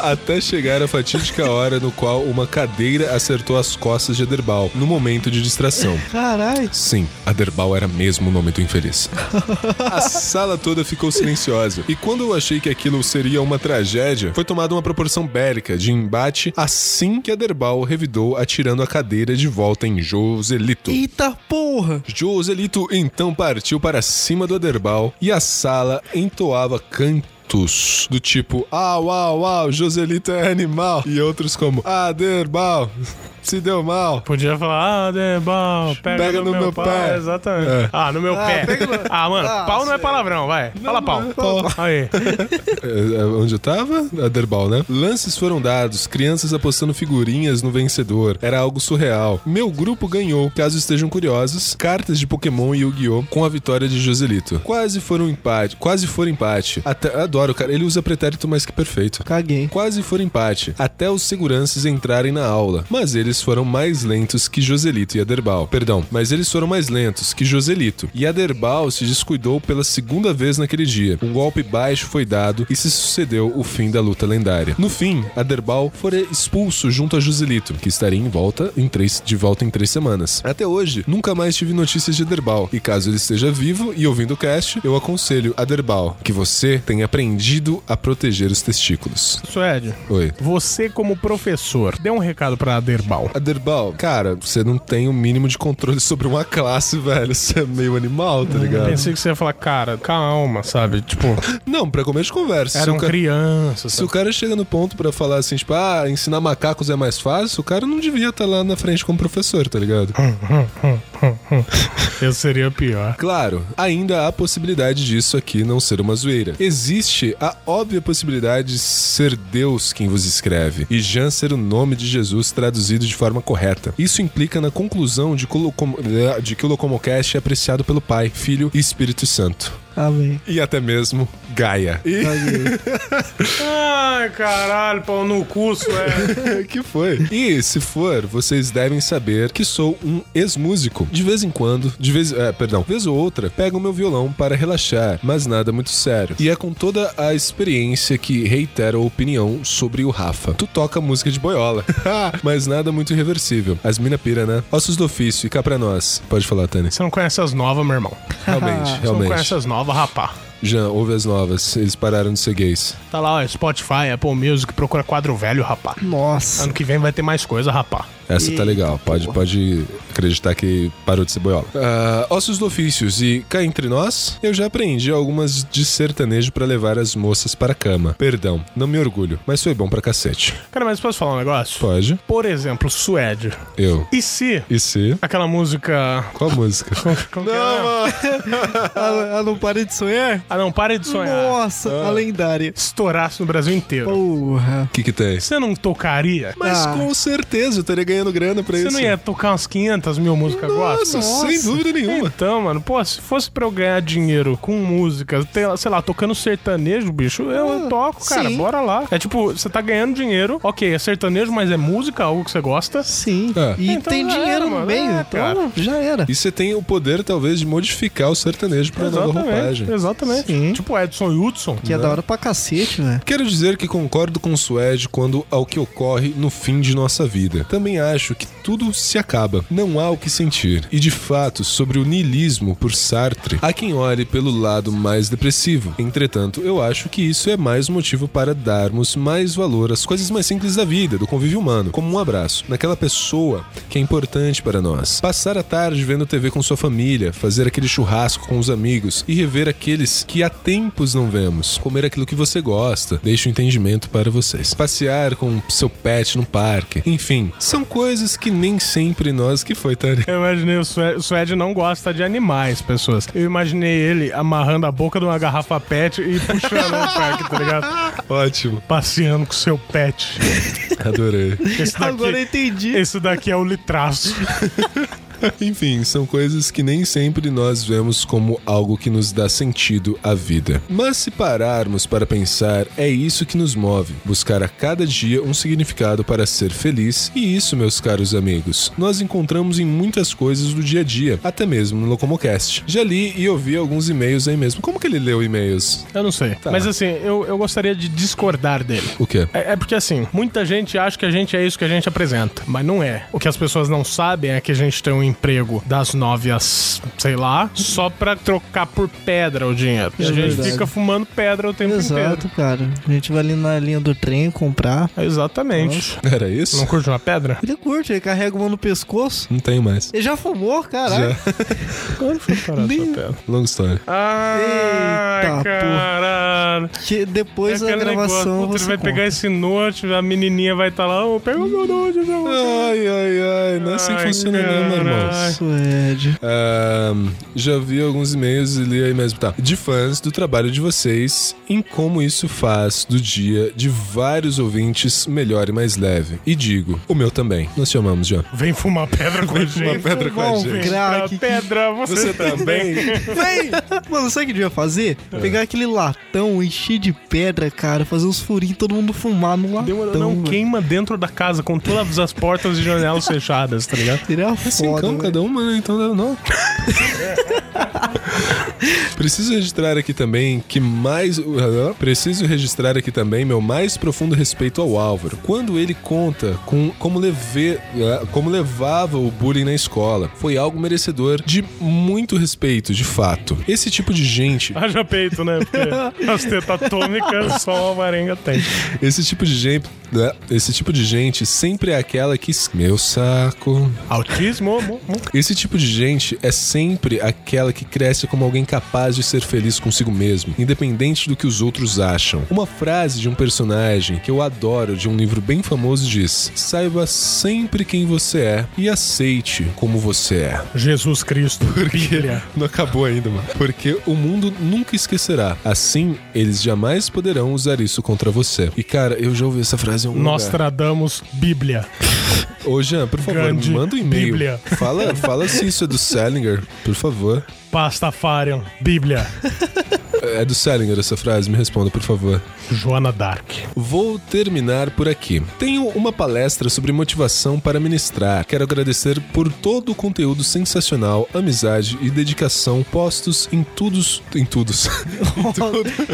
Speaker 3: Até chegar a fatídica hora no qual uma cadeira acertou as costas de Ederbal, no momento de distração.
Speaker 5: Caralho.
Speaker 3: Sim, Aderbal era mesmo o nome do infeliz. A sala toda ficou silenciosa, e quando eu achei que aquilo seria uma tragédia, foi tomada uma proporção bélica de embate assim que Aderbal revidou atirando a cadeira de volta em Joselito.
Speaker 5: Eita porra.
Speaker 3: Joselito então partiu para cima do Aderbal e a sala entoava cantos insultos do tipo ah, uau, uau, Joselito é animal e outros como ah, Derbal, se deu mal.
Speaker 4: Podia falar, ah, Debal, pega, no, meu, pé. Exatamente.
Speaker 3: É.
Speaker 4: Ah, no meu pé.
Speaker 5: pega no-
Speaker 4: Ah, mano,
Speaker 5: Ah,
Speaker 4: pau não é
Speaker 5: sei.
Speaker 4: palavrão, vai. Fala pau. Aí.
Speaker 3: É, é, onde eu tava? A Derbal, né? Lances foram dados, crianças apostando figurinhas no vencedor. Era algo surreal. Meu grupo ganhou, caso estejam curiosos, cartas de Pokémon e Yu-Gi-Oh! com a vitória de Joselito. Quase foram empate, quase foram empate. Até, adoro, cara, ele usa pretérito mais que perfeito.
Speaker 5: Caguei.
Speaker 3: Quase foram empate, até os seguranças entrarem na aula. Mas eles foram mais lentos que Joselito e Aderbal. Perdão, mas eles foram mais lentos que Joselito. E Aderbal se descuidou pela segunda vez naquele dia. Um golpe baixo foi dado e se sucedeu o fim da luta lendária. No fim, Aderbal foi expulso junto a Joselito, que estaria em volta em três, de volta em três semanas. Até hoje, nunca mais tive notícias de Aderbal. E caso ele esteja vivo e ouvindo o cast, eu aconselho Aderbal que você tenha aprendido a proteger os testículos.
Speaker 4: Suede,
Speaker 3: Oi.
Speaker 4: você como professor, dê um recado pra Aderbal.
Speaker 3: Aderbal, cara, você não tem o mínimo de controle sobre uma classe, velho. Você é meio animal, tá ligado?
Speaker 4: Pensei que você ia falar, cara, calma, sabe? Tipo,
Speaker 3: Não, pra começo de conversa. se
Speaker 4: eram
Speaker 3: o ca-
Speaker 4: crianças.
Speaker 3: Se o cara chega no ponto pra falar assim, tipo, ah, ensinar macacos é mais fácil, o cara não devia estar lá na frente como professor, tá ligado?
Speaker 4: Eu seria pior.
Speaker 3: Claro, ainda há a possibilidade disso aqui não ser uma zoeira. Existe a óbvia possibilidade de ser Deus quem vos escreve e Jean ser o nome de Jesus traduzido de forma correta. Isso implica na conclusão de que o, Locom- de que o Locomocast é apreciado pelo Pai, Filho e Espírito Santo.
Speaker 5: Amém.
Speaker 3: E até mesmo Gaia. E
Speaker 4: Ai, caralho, pau no curso, é.
Speaker 3: que foi? E se for, vocês devem saber que sou um ex-músico. De vez em quando, de vez, é, perdão, vez ou outra, pego meu violão para relaxar, mas nada muito sério. E é com toda a experiência que reitero a opinião sobre o Rafa. Tu toca música de boiola, mas nada muito irreversível. As mina pira, né? Ossos do ofício e cá pra nós. Pode falar, Tânis.
Speaker 4: Você não conhece as novas, meu irmão.
Speaker 3: Realmente,
Speaker 4: Você não conhece
Speaker 3: realmente.
Speaker 4: as novas, rapá.
Speaker 3: Jean, ouve as novas. Eles pararam de ser gays.
Speaker 4: Tá lá, ó, Spotify, Apple Music, procura quadro velho, rapá.
Speaker 5: Nossa.
Speaker 4: Ano que vem vai ter mais coisa, rapá.
Speaker 3: Essa tá
Speaker 5: Eita,
Speaker 3: legal. Pode, pode acreditar que parou de ser boiola. Ah, ossos do ofícios e cá entre nós, eu já aprendi algumas de sertanejo pra levar as moças para a cama. Perdão, não me orgulho, mas foi bom pra cacete.
Speaker 4: Cara, mas posso falar um negócio?
Speaker 3: Pode?
Speaker 4: Por exemplo, Suede.
Speaker 3: Eu.
Speaker 4: E se
Speaker 3: E se?
Speaker 4: aquela música.
Speaker 3: Qual a música?
Speaker 4: Como que é, era?
Speaker 5: Ah, ah, não parei de sonhar?
Speaker 4: Ah, não, pare de sonhar. Ah.
Speaker 5: Nossa, a lendária.
Speaker 4: Estourasse no Brasil inteiro.
Speaker 5: Porra.
Speaker 3: O que que tem?
Speaker 4: Você não tocaria?
Speaker 3: Mas
Speaker 5: Ah.
Speaker 3: com certeza eu estaria ganhando grana pra
Speaker 4: Você
Speaker 3: isso.
Speaker 4: não ia tocar umas 500 mil músicas agora?
Speaker 3: Nossa, sem dúvida nenhuma.
Speaker 4: Então, mano, pô, se fosse pra eu ganhar dinheiro com música, sei lá- sei lá, tocando sertanejo, bicho, eu toco, cara,
Speaker 5: Ah, sim.
Speaker 4: bora lá. É tipo, você tá ganhando dinheiro, ok, é sertanejo, mas é música, algo que você gosta.
Speaker 5: Sim.
Speaker 3: Ah.
Speaker 5: E
Speaker 4: Então
Speaker 5: tem
Speaker 4: já era,
Speaker 5: dinheiro
Speaker 4: mano.
Speaker 5: no meio,
Speaker 4: É, cara.
Speaker 5: então já era.
Speaker 3: E você tem o poder, talvez, de modificar o sertanejo pra nova roupagem.
Speaker 4: Exatamente, exatamente.
Speaker 5: Sim.
Speaker 4: Tipo Edson e Hudson.
Speaker 5: Que é da hora pra cacete, né? velho.
Speaker 3: Quero dizer que concordo com o Suede quando ao que ocorre no fim de nossa vida. Também acho que tudo se acaba, não há o que sentir. E de fato, sobre o niilismo por Sartre, há quem olhe pelo lado mais depressivo. Entretanto, eu acho que isso é mais motivo para darmos mais valor às coisas mais simples da vida, do convívio humano, como um abraço, naquela pessoa que é importante para nós. Passar a tarde vendo TV com sua família, fazer aquele churrasco com os amigos e rever aqueles que há tempos não vemos. Comer aquilo que você gosta, deixa o entendimento para vocês. Passear com seu pet no parque. Enfim, são coisas que nem sempre nós que foi, Tânia.
Speaker 4: Eu imaginei o Suede, o Suede não gosta de animais, pessoas. Eu imaginei ele amarrando a boca de uma garrafa pet e puxando o parque, tá ligado?
Speaker 3: Ótimo,
Speaker 4: Passeando com seu pet.
Speaker 3: adorei.
Speaker 4: Esse daqui,
Speaker 5: Agora eu entendi.
Speaker 4: esse daqui é o litraço.
Speaker 3: Enfim, são coisas que nem sempre nós vemos como algo que nos dá sentido à vida. Mas se pararmos para pensar, é isso que nos move: buscar a cada dia um significado para ser feliz. E isso, meus caros amigos, nós encontramos em muitas coisas do dia a dia, até mesmo no Locomocast. Já li e ouvi alguns e-mails aí mesmo. Como que ele leu e-mails?
Speaker 4: Eu não sei.
Speaker 5: Tá.
Speaker 4: Mas assim, eu, eu gostaria de discordar dele.
Speaker 3: O quê?
Speaker 4: É, é porque assim, muita gente acha que a gente é isso que a gente apresenta, mas não é. O que as pessoas não sabem é que a gente tem um emprego das nove às, sei lá, só pra trocar por pedra o dinheiro.
Speaker 5: É
Speaker 4: a gente
Speaker 5: verdade.
Speaker 4: fica fumando pedra o tempo inteiro.
Speaker 5: Exato, cara. A gente vai ali na linha do trem comprar.
Speaker 4: Exatamente.
Speaker 3: Era isso?
Speaker 4: Não
Speaker 3: Não,
Speaker 4: curte uma pedra?
Speaker 5: Ele curte, ele carrega uma no pescoço.
Speaker 3: tenho mais.
Speaker 5: Ele já fumou, caralho.
Speaker 4: Agora foi parar
Speaker 5: Nem-
Speaker 4: sua pedra.
Speaker 3: Longa história.
Speaker 4: Ah,
Speaker 5: Eita, porra.
Speaker 4: caralho.
Speaker 5: Que depois
Speaker 4: É
Speaker 5: da
Speaker 4: aquele
Speaker 5: gravação
Speaker 4: negócio, puta,
Speaker 5: você
Speaker 4: ele vai
Speaker 5: compra.
Speaker 4: pegar esse note, a menininha vai estar lá, ô, pega o meu note, meu
Speaker 3: Ai, ai, ai. Não é assim que
Speaker 4: Ai,
Speaker 3: funciona não, meu irmão.
Speaker 4: caralho.
Speaker 5: Isso, Ed.
Speaker 3: Ahn, já vi alguns e-mails e li aí mesmo. Tá. De fãs do trabalho de vocês em como isso faz do dia de vários ouvintes melhor e mais leve. E digo, o meu também. Nós te amamos, John.
Speaker 4: Vem fumar pedra com a gente.
Speaker 3: fumar pedra com a
Speaker 4: Vão
Speaker 3: gente.
Speaker 4: vem pra
Speaker 5: Craque.
Speaker 4: pedra, você,
Speaker 3: Você
Speaker 4: também.
Speaker 3: também?
Speaker 5: Vem! Mano, sabe o que eu devia fazer?
Speaker 4: É.
Speaker 5: Pegar aquele latão, encher de pedra, cara, fazer uns furinhos, todo mundo fumar no latão.
Speaker 4: Demorou, não
Speaker 5: velho.
Speaker 4: queima dentro da casa com todas as portas e janelas fechadas, tá ligado?
Speaker 5: Seria
Speaker 3: Assim,
Speaker 5: é foda.
Speaker 3: então,
Speaker 5: velho.
Speaker 3: cada uma, né? Então, não. não. Preciso registrar aqui também que mais. Ah, Preciso registrar aqui também meu mais profundo respeito ao Álvaro. Quando ele conta com como, leve... ah, como levava o bullying na escola, foi algo merecedor de muito respeito, de fato. Esse tipo de gente
Speaker 4: Haja peito, né? Porque as tetas atômicas só uma varenga tem.
Speaker 3: Esse tipo de gente. né? Esse tipo de gente sempre é aquela que. es- Meu saco.
Speaker 4: Autismo, mo- mo-
Speaker 3: Esse tipo de gente é sempre aquela que cresce como alguém capaz de ser feliz consigo mesmo, independente do que os outros acham. Uma frase de um personagem que eu adoro de um livro bem famoso diz: Saiba sempre quem você é e aceite como você é.
Speaker 4: Jesus Cristo, Bíblia.
Speaker 3: Não acabou ainda, mano. Porque o mundo nunca esquecerá. Assim, eles jamais poderão usar isso contra você. E cara, eu já ouvi essa frase em um lugar.
Speaker 4: Nostradamus, Bíblia.
Speaker 3: Ô, Jean, por favor,
Speaker 4: Grande
Speaker 3: manda um e-mail.
Speaker 4: Bíblia.
Speaker 3: Fala, fala se isso é do Salinger, por favor.
Speaker 4: Pastafarian, Bíblia.
Speaker 3: É do Salinger essa frase? Me responda, por favor.
Speaker 4: Joana Dark.
Speaker 3: Vou terminar por aqui. Tenho uma palestra sobre motivação para ministrar. Quero agradecer por todo o conteúdo sensacional, amizade e dedicação postos em todos. Em todos.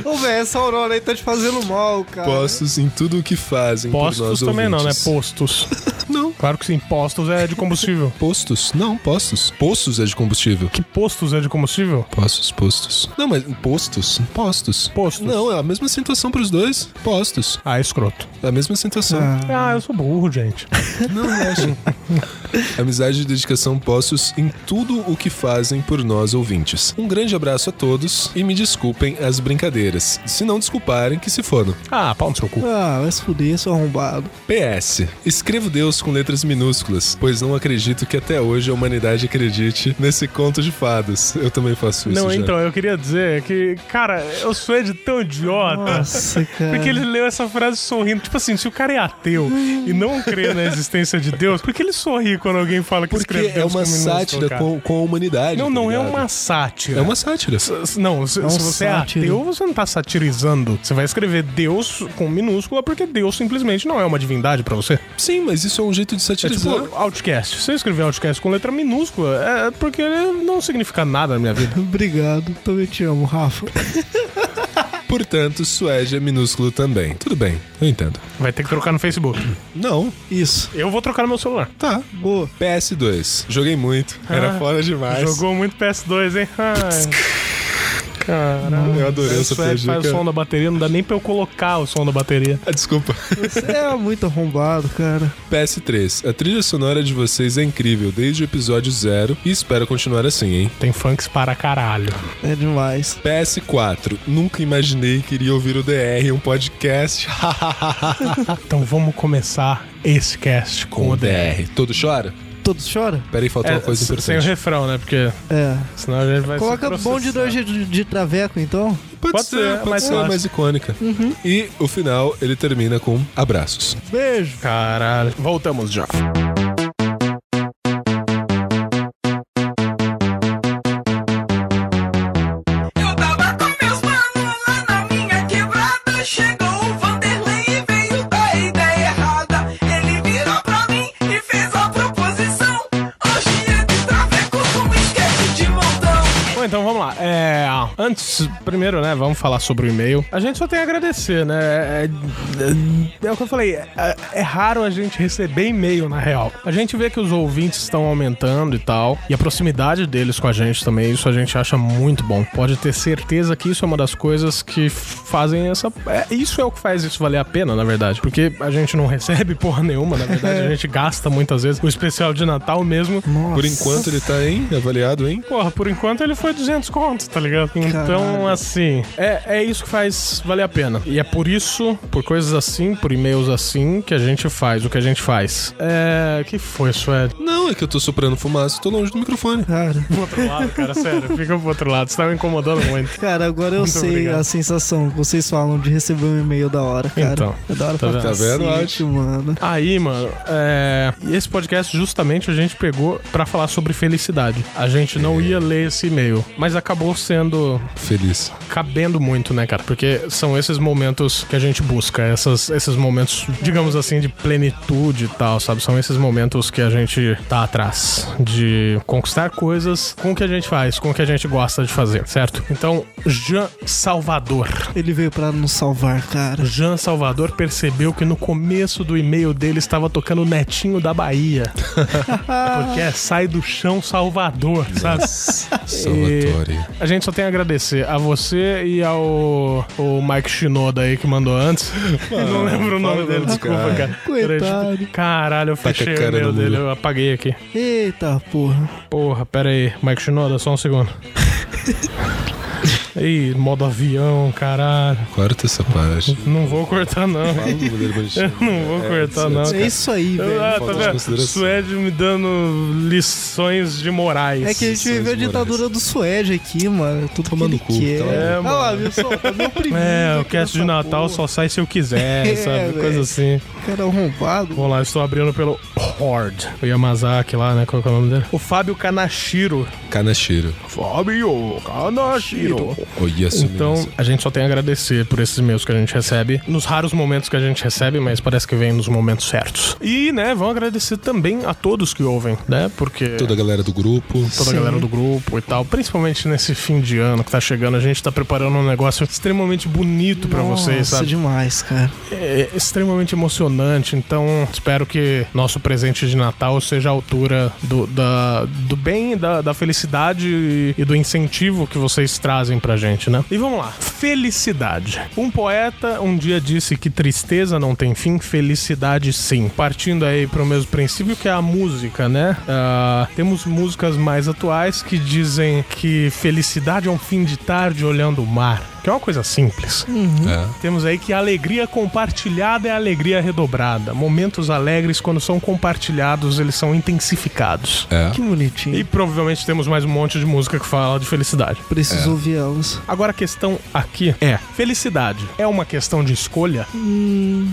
Speaker 5: Ô, velho, essa aurora aí tá te fazendo mal, cara.
Speaker 3: postos em tudo o que fazem. por nós
Speaker 4: Postos também não, né?
Speaker 3: ouvintes.
Speaker 4: Postos.
Speaker 3: Não.
Speaker 4: Claro que sim, postos é de combustível.
Speaker 3: Postos? Não, postos. Postos é de combustível.
Speaker 4: Que postos é de combustível?
Speaker 3: Postos, postos. Não, mas postos? Postos.
Speaker 4: Postos.
Speaker 3: Não, é a mesma acentuação pros dois. Postos.
Speaker 4: Ah, escroto.
Speaker 3: É a mesma acentuação.
Speaker 4: Ah, eu sou burro, gente.
Speaker 3: Não, relaxa. Amizade e dedicação postos em tudo o que fazem por nós ouvintes. Um grande abraço a todos e me desculpem as brincadeiras. Se não desculparem, que se foram.
Speaker 4: Ah, pau no seu cu.
Speaker 5: Ah, vai se fuder, seu arrombado.
Speaker 3: PS. Escrevo Deus com letras minúsculas, pois não acredito que até hoje a humanidade acredite nesse conto de fadas. Eu também faço isso.
Speaker 4: Não,
Speaker 3: já.
Speaker 4: então, eu queria dizer que, cara, eu sou Ed tão idiota.
Speaker 5: Nossa, cara.
Speaker 4: Porque ele leu essa frase sorrindo. Tipo assim, se o cara é ateu e não crê na existência de Deus, por que ele sorri quando alguém fala que
Speaker 3: Porque
Speaker 4: escreve
Speaker 3: é
Speaker 4: Deus
Speaker 3: uma
Speaker 4: com minúsculo,
Speaker 3: sátira
Speaker 4: cara?
Speaker 3: com, com a humanidade.
Speaker 4: Não,
Speaker 3: tá
Speaker 4: não é
Speaker 3: ligado?
Speaker 4: uma sátira.
Speaker 3: É uma sátira.
Speaker 4: S- Não, se,
Speaker 5: É um
Speaker 4: se você
Speaker 5: sátiro.
Speaker 4: é ateu, você não tá satirizando. Você vai escrever Deus com minúscula porque Deus simplesmente não é uma divindade pra você.
Speaker 3: Sim, mas isso é um jeito de
Speaker 4: É tipo
Speaker 3: satirizar.
Speaker 4: Outcast. Se eu escrever Outcast com letra minúscula, é porque ele não significa nada na minha vida.
Speaker 5: Obrigado, também te amo, Rafa.
Speaker 3: Portanto, suede é minúsculo também. Tudo bem, eu entendo.
Speaker 4: Vai ter que trocar no Facebook.
Speaker 3: Não,
Speaker 5: Isso,
Speaker 4: Eu vou trocar no meu celular.
Speaker 3: tá.
Speaker 5: boa.
Speaker 3: PS2. Joguei muito. Era foda demais.
Speaker 4: Ah, Jogou muito PS2, hein? Ai. Caralho.
Speaker 3: Eu adorei essa
Speaker 4: Isso é,
Speaker 3: PG,
Speaker 4: faz o
Speaker 3: cara.
Speaker 4: som da bateria, não dá nem pra eu colocar o som da bateria.
Speaker 3: Ah, desculpa.
Speaker 5: Você é muito arrombado, cara.
Speaker 3: PS3. A trilha sonora de vocês é incrível desde o episódio zero e espero continuar assim, hein?
Speaker 4: Tem funks para caralho.
Speaker 5: É demais.
Speaker 3: PS4. Nunca imaginei que iria ouvir o DR em um podcast
Speaker 4: Então vamos começar esse cast com,
Speaker 3: com
Speaker 4: o DR.
Speaker 3: Todo chora?
Speaker 5: Todos choram?
Speaker 3: Peraí, faltou
Speaker 4: É,
Speaker 3: uma coisa
Speaker 4: Sem o
Speaker 3: importante.
Speaker 4: refrão, né? Porque
Speaker 5: É.
Speaker 4: senão a gente vai
Speaker 5: Coloca bom de dois de, de traveco, então.
Speaker 3: Pode,
Speaker 4: Pode
Speaker 3: ser,
Speaker 4: ser, Uhum.
Speaker 3: pode
Speaker 4: mais
Speaker 3: ser
Speaker 4: fácil.
Speaker 3: mais icônica. E o final, ele termina com abraços.
Speaker 5: Beijo.
Speaker 4: Caralho. Voltamos já.
Speaker 7: Eu tava com meus manos lá na minha quebrada. Chegou o Vanderlei e veio da ideia errada. Ele virou pra mim e fez a proposição. Hoje é de traveco com um esquete de montão.
Speaker 4: Bom, então vamos lá. É, gente, s- primeiro, né, vamos falar sobre o e-mail. A gente só tem a agradecer, né? É, é- é o que eu falei, é, é raro a gente receber e-mail, na real. A gente vê que os ouvintes estão aumentando e tal, e a proximidade deles com a gente também, isso a gente acha muito bom. Pode ter certeza que isso é uma das coisas que fazem essa... é, isso é o que faz isso valer a pena, na verdade. Porque a gente não recebe porra nenhuma, na verdade. A gente gasta muitas vezes o especial de Natal mesmo.
Speaker 3: Por enquanto ele tá, hein? Avaliado, hein?
Speaker 4: Porra, por enquanto ele foi 200 contos, tá ligado? Então, assim, é, é isso que faz valer a pena. E é por isso, por coisas assim, por e-mails assim, que a gente faz o que a gente faz. É. que foi, Suede?
Speaker 3: Não, é que eu tô soprando fumaça, tô longe do microfone.
Speaker 5: Cara,
Speaker 4: Pro outro lado, cara, sério. Fica pro outro lado, você tá me incomodando muito.
Speaker 5: cara, agora eu
Speaker 4: Muito
Speaker 5: sei
Speaker 4: obrigado.
Speaker 5: a sensação que vocês falam de receber um e-mail da hora, cara.
Speaker 4: Então,
Speaker 5: é da hora
Speaker 4: tá
Speaker 5: pra
Speaker 4: vendo? Tá
Speaker 3: vendo,
Speaker 5: cacete, mano.
Speaker 4: Aí, mano, é... e esse podcast justamente a gente pegou pra falar sobre felicidade. A gente não ia ler esse e-mail, mas acabou sendo
Speaker 3: Feliz.
Speaker 4: cabendo muito, né, cara? Porque são esses momentos que a gente busca, essas, esses momentos, digamos assim, de plenitude e tal, sabe? São esses momentos que a gente tá atrás de conquistar coisas com o que a gente faz, com o que a gente gosta de fazer, certo? Então, Jean Salvador.
Speaker 5: Ele veio pra nos salvar, cara.
Speaker 4: Jean Salvador percebeu que no começo do e-mail dele estava tocando o Netinho da Bahia. Porque é Sai do Chão Salvador, sabe?
Speaker 3: Salvatore.
Speaker 4: A gente só tem a agradecer a você e ao o Mike Shinoda aí que mandou antes. Eu não lembro o nome
Speaker 3: fala
Speaker 4: dele,
Speaker 3: antes,
Speaker 4: desculpa, cara.
Speaker 5: Coitado.
Speaker 4: Peraí, Caralho, eu
Speaker 3: Taca
Speaker 4: fechei
Speaker 3: a
Speaker 4: o
Speaker 3: cara
Speaker 4: e-mail
Speaker 3: no muro.
Speaker 4: dele, eu apaguei aqui.
Speaker 5: Eita porra.
Speaker 4: Porra, pera aí, Mike Shinoda, só um segundo. Ih, modo avião, caralho.
Speaker 3: Corta essa parte.
Speaker 4: Não vou cortar, não.
Speaker 3: Fala do modelo bonitinho.
Speaker 4: Não vou cortar, não.
Speaker 5: É isso aí, velho.
Speaker 4: Ah, tá
Speaker 3: falta de
Speaker 4: vendo?
Speaker 3: consideração.
Speaker 4: Suede me dando lições de morais.
Speaker 5: É que a gente viveu a
Speaker 3: Moraes.
Speaker 5: ditadura do Suede aqui, mano. Tudo
Speaker 3: Tomando
Speaker 5: que ele quer.
Speaker 3: cu, cala a boca.
Speaker 4: É,
Speaker 5: Olha lá, viu só? Tá me oprimindo
Speaker 4: É, o
Speaker 5: aqui
Speaker 4: cast de
Speaker 5: nessa
Speaker 4: Natal
Speaker 5: porra.
Speaker 4: só sai se eu quiser,
Speaker 5: É,
Speaker 4: sabe?
Speaker 5: velho.
Speaker 4: Coisa assim.
Speaker 5: Cara arrombado.
Speaker 4: Vamos lá, eu estou abrindo pelo Horde. O Yamazaki lá, né? Qual que é o nome dele? O Fábio Kanashiro.
Speaker 3: Canachiro.
Speaker 4: Fábio Kanashiro.
Speaker 3: Olha só,
Speaker 4: Então,
Speaker 3: menino.
Speaker 4: a gente só tem a agradecer por esses e-mails que a gente recebe. Nos raros momentos que a gente recebe, mas parece que vem nos momentos certos. E, né, vamos agradecer também a todos que ouvem, né? Porque...
Speaker 3: Toda a galera do grupo.
Speaker 4: toda a galera do grupo e tal, principalmente nesse fim de ano que tá chegando, a gente tá preparando um negócio extremamente bonito pra vocês,
Speaker 5: Nossa,
Speaker 4: sabe?
Speaker 5: demais, cara.
Speaker 4: É extremamente emocionante, então espero que nosso presente de Natal seja à altura do, da- do bem, da, da felicidade e, e do incentivo que vocês trazem pra gente, né? E vamos lá. Felicidade. Um poeta um dia disse que tristeza não tem fim, felicidade sim. Partindo aí pro mesmo princípio que é a música, né? Ah, temos músicas mais atuais que dizem que felicidade é um fim de tarde olhando o mar. Que é uma coisa simples.
Speaker 3: É.
Speaker 4: Temos aí que a alegria compartilhada é a alegria redobrada. Momentos alegres, quando são compartilhados, eles são intensificados.
Speaker 3: É.
Speaker 5: Que bonitinho.
Speaker 4: E provavelmente temos mais um monte de música que fala de felicidade.
Speaker 5: Preciso ouvir elas.
Speaker 4: Agora a questão aqui é: felicidade é uma questão de escolha?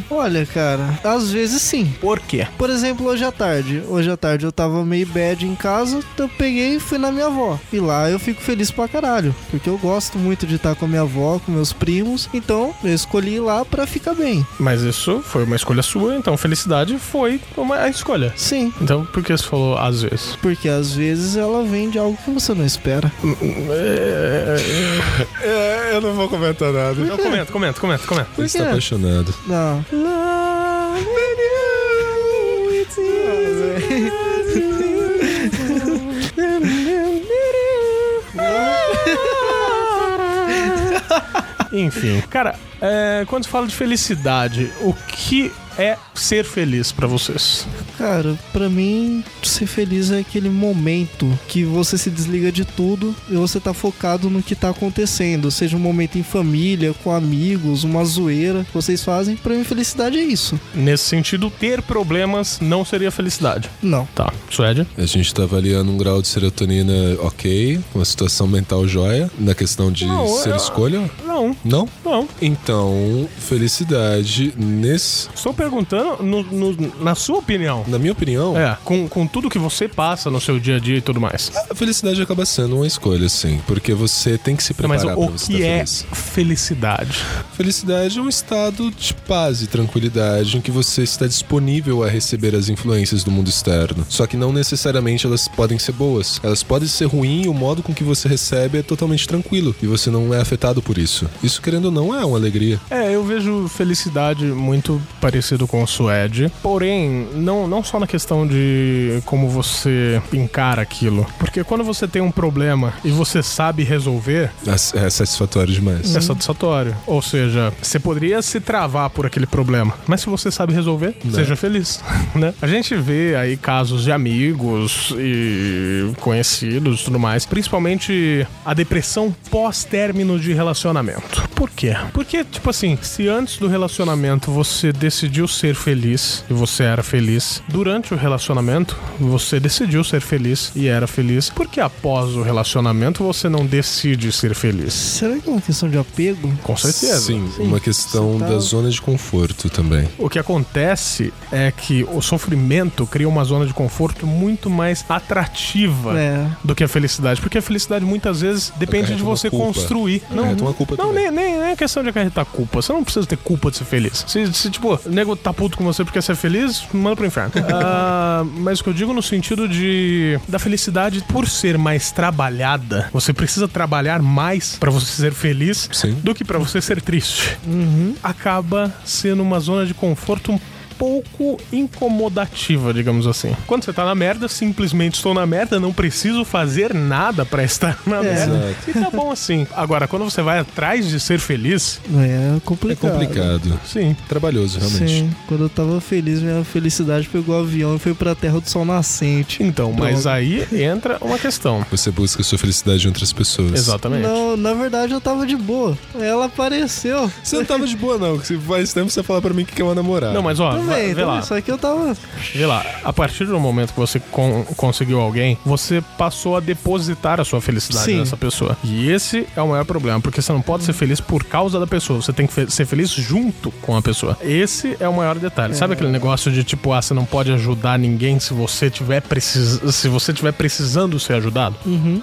Speaker 5: Olha, cara, às vezes sim.
Speaker 4: Por quê?
Speaker 5: Por exemplo, hoje à tarde. Hoje à tarde eu tava meio bad em casa, então eu peguei e fui na minha avó. E lá eu fico feliz pra caralho, porque eu gosto muito de estar com a minha avó, com meus primos. Então eu escolhi ir lá pra ficar bem.
Speaker 4: Mas isso foi uma escolha sua, então felicidade foi uma a escolha.
Speaker 5: Sim,
Speaker 4: Então por que você falou às vezes?
Speaker 5: porque às vezes ela vem de algo que você não espera.
Speaker 3: É, eu não vou comentar nada.
Speaker 4: Então comenta, comenta, comenta, comenta.
Speaker 3: Ele
Speaker 5: quê?
Speaker 3: está tá apaixonado.
Speaker 5: Não. é.
Speaker 4: Enfim, cara, é, quando se fala de felicidade, o que é ser feliz pra vocês?
Speaker 5: Cara, pra mim, ser feliz é aquele momento que você se desliga de tudo e você tá focado no que tá acontecendo. Seja um momento em família, com amigos, uma zoeira que vocês fazem. Pra mim, felicidade é isso.
Speaker 4: Nesse sentido, ter problemas não seria felicidade.
Speaker 5: Não.
Speaker 4: Tá, Suede?
Speaker 3: A gente está avaliando um grau de serotonina ok, uma situação mental joia, na questão de
Speaker 4: Não,
Speaker 3: ser
Speaker 4: eu-
Speaker 3: escolha.
Speaker 4: Não, Não,
Speaker 3: Não?
Speaker 4: não.
Speaker 3: Então, felicidade nesse.
Speaker 4: Estou perguntando no- no- na sua opinião.
Speaker 3: Na minha opinião,
Speaker 4: É, com, com tudo que você passa no seu dia a dia e tudo mais.
Speaker 3: a felicidade acaba sendo uma escolha, sim. Porque você tem que se
Speaker 4: Mas
Speaker 3: preparar
Speaker 4: o
Speaker 3: pra você
Speaker 4: que
Speaker 3: estar
Speaker 4: é
Speaker 3: feliz.
Speaker 4: felicidade?
Speaker 3: Felicidade é um estado de paz e tranquilidade em que você está disponível a receber as influências do mundo externo. Só que não necessariamente elas podem ser boas. Elas podem ser ruins e o modo com que você recebe é totalmente tranquilo. E você não é afetado por isso. Isso, querendo ou não, é uma alegria.
Speaker 4: É, eu vejo felicidade muito parecido com o Suede. Porém, não, não só na questão de como você encara aquilo. Porque quando você tem um problema e você sabe resolver,
Speaker 3: As- É satisfatório demais.
Speaker 4: é satisfatório. Ou seja, você poderia se travar por aquele problema. Mas se você sabe resolver, seja feliz, né? A gente vê aí casos de amigos e conhecidos e tudo mais. Principalmente a depressão pós-término de relacionamento. Por quê? Porque, tipo assim, se antes do relacionamento você decidiu ser feliz e você era feliz, durante o relacionamento você decidiu ser feliz e era feliz. Por que após o relacionamento você não decide ser feliz?
Speaker 5: Será que é uma questão de apego?
Speaker 4: Com certeza.
Speaker 3: Sim, uma questão
Speaker 5: Você tá-
Speaker 3: da zona de conforto também.
Speaker 4: O que acontece é que o sofrimento cria uma zona de conforto muito mais atrativa
Speaker 5: É.
Speaker 4: do que a felicidade. Porque a felicidade muitas vezes depende
Speaker 3: Acarreta
Speaker 4: de
Speaker 3: uma
Speaker 4: você
Speaker 3: culpa.
Speaker 4: construir.
Speaker 3: Acarreta uma É, culpa
Speaker 4: não
Speaker 3: também.
Speaker 4: nem, nem, nem é questão de acarretar culpa. Você não precisa ter culpa de ser feliz. Se, se, tipo, o nego tá puto com você porque você é feliz, manda pro inferno. Ah, mas o que eu digo no sentido de. da felicidade por ser mais trabalhada, você precisa trabalhar mais pra você ser feliz
Speaker 3: Sim.
Speaker 4: do que pra você ser triste acaba sendo uma zona de conforto um pouco incomodativa, digamos assim. Quando você tá na merda, simplesmente estou na merda, não preciso fazer nada pra estar
Speaker 5: É.
Speaker 4: na merda. E tá bom assim. Agora, quando você vai atrás de ser feliz,
Speaker 5: É
Speaker 3: É
Speaker 5: complicado.
Speaker 3: complicado.
Speaker 4: sim.
Speaker 3: Trabalhoso, realmente.
Speaker 5: Sim, quando eu tava feliz, minha felicidade pegou o avião e foi pra terra do sol nascente.
Speaker 4: Então, mas
Speaker 5: Droga.
Speaker 4: aí entra uma questão.
Speaker 3: Você busca sua felicidade em outras pessoas.
Speaker 4: Exatamente.
Speaker 5: Não, na verdade eu tava de boa. Ela apareceu.
Speaker 3: Você não tava de boa, não. que Faz tempo que você fala pra mim que quer uma namorada.
Speaker 4: Não, mas ó, vai-
Speaker 5: Também,
Speaker 4: Ah, vê lá.
Speaker 5: também, só que eu tava.
Speaker 4: Vê lá, a partir do momento que você con- conseguiu alguém, você passou a depositar a sua felicidade
Speaker 5: Sim.
Speaker 4: nessa pessoa. E esse é o maior problema, porque você não pode ser feliz por causa da pessoa, você tem que fe- ser feliz junto com a pessoa. Esse é o maior detalhe. Sabe aquele negócio de tipo, ah, você não pode ajudar ninguém se você tiver precis... se você tiver precisando ser ajudado?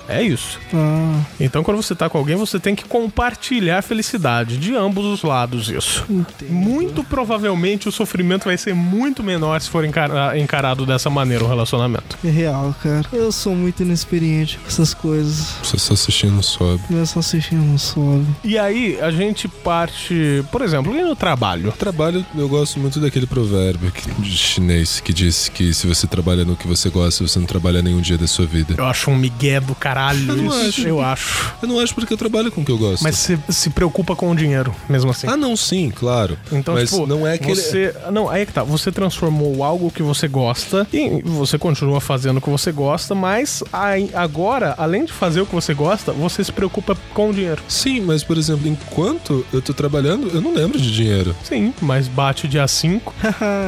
Speaker 4: É isso.
Speaker 5: Uhum. Ah,
Speaker 4: Então, quando você tá com alguém, você tem que compartilhar a felicidade de ambos os lados isso. Muito provavelmente o sofrimento vai ser muito menor se for encara- encarado dessa maneira o relacionamento.
Speaker 5: é real, cara. Eu sou muito inexperiente com essas coisas.
Speaker 3: Você só assistindo sobe.
Speaker 5: Eu só um assistindo não sobe.
Speaker 4: E aí, a gente parte, por exemplo, e no trabalho?
Speaker 3: Trabalho, eu gosto muito daquele provérbio que- de chinês que diz que se você trabalha no que você gosta, você não trabalha nenhum dia da sua vida.
Speaker 4: Eu acho um migué do caralho
Speaker 3: Eu não
Speaker 4: isso.
Speaker 3: acho.
Speaker 4: Eu acho.
Speaker 3: Eu não acho porque eu trabalho com o que eu gosto.
Speaker 4: Mas você se preocupa com o dinheiro, mesmo assim.
Speaker 3: Ah, não, sim, claro.
Speaker 4: Então,
Speaker 3: mas
Speaker 4: tipo,
Speaker 3: não é aquele.
Speaker 4: você. Não, aí é que tá. Você transformou algo que você gosta e você continua fazendo o que você gosta, mas aí- agora, além de fazer o que você gosta, você se preocupa com o dinheiro.
Speaker 3: Sim, mas por exemplo, enquanto eu tô trabalhando, eu não lembro de dinheiro.
Speaker 4: Sim, mas bate dia 5,